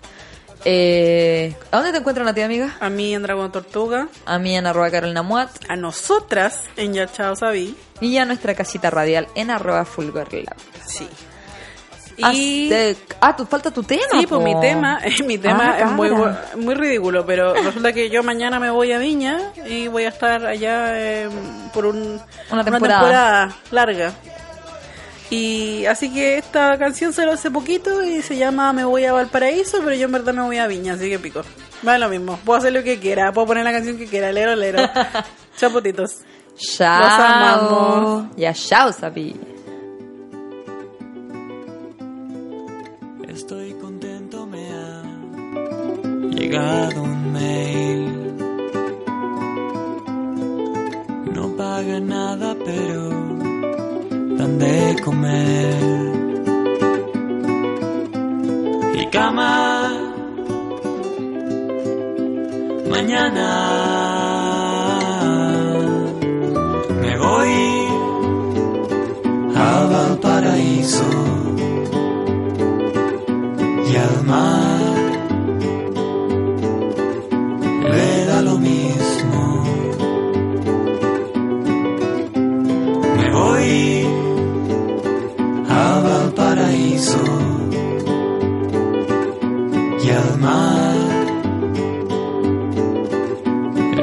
S4: Eh, ¿A dónde te encuentran a ti, amiga?
S5: A mí en Dragón Tortuga,
S4: A mí en arroba Carolina Muat
S5: a nosotras en Ya Chao Sabí.
S4: y a nuestra casita radial en arroba Fulgor Lab.
S5: Sí.
S4: Ah,
S5: Y
S4: te- ah, tu, falta tu tema.
S5: Sí, pues mi
S4: po.
S5: tema, mi tema
S4: Ah,
S5: es muy,
S4: cara.
S5: bu- muy ridículo, pero resulta que yo mañana me voy a Viña y voy a estar allá eh, por un-
S4: Una temporada.
S5: temporada larga. Y así que esta canción se lo hace poquito y se llama Me voy a Valparaíso, pero yo en verdad me voy a Viña, así que pico. Vale lo mismo, puedo hacer lo que quiera, puedo poner la canción que quiera, lero, lero. Chapotitos.
S4: Chao.
S5: Los amamos.
S4: Ya, chao, Sabi.
S6: Estoy contento, me ha llegado un mail. No paga nada, pero dan de comer. Y cama, mañana me voy a Valparaíso y al mar le da lo mismo. Me voy a Valparaíso y al mar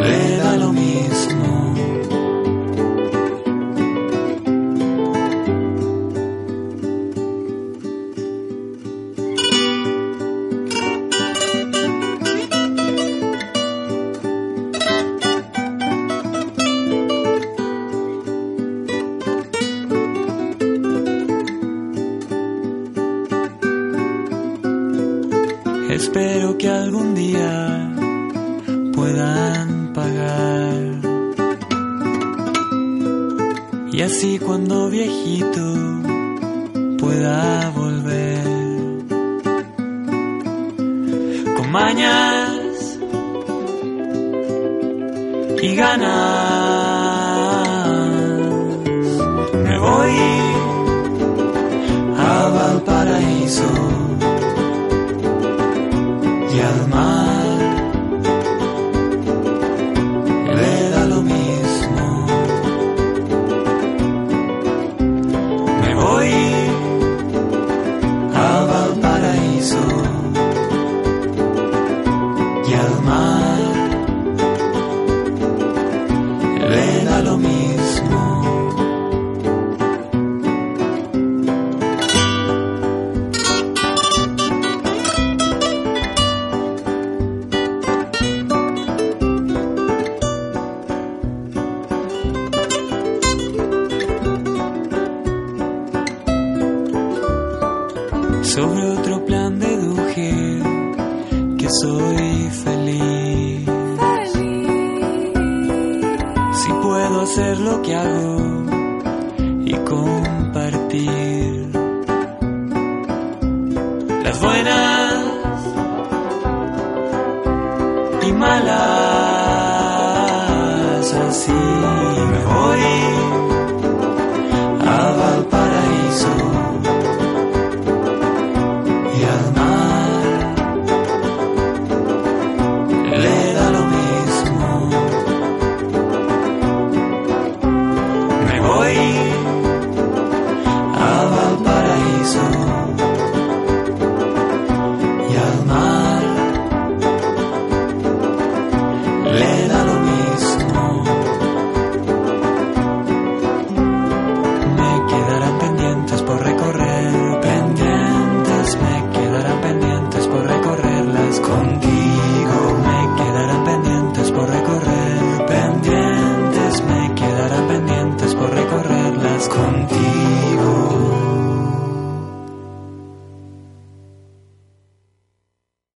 S6: le da lo mismo. Espero que algún día puedan pagar. Y así cuando viejito pueda volver. Con mañas y ganas me voy a Valparaíso y al mar le da lo mismo. Me voy a Valparaíso y al mar le da lo mismo. sobre otro plan deduje que soy feliz. Si puedo hacer lo que hago y compartir las buenas y malas así me voy.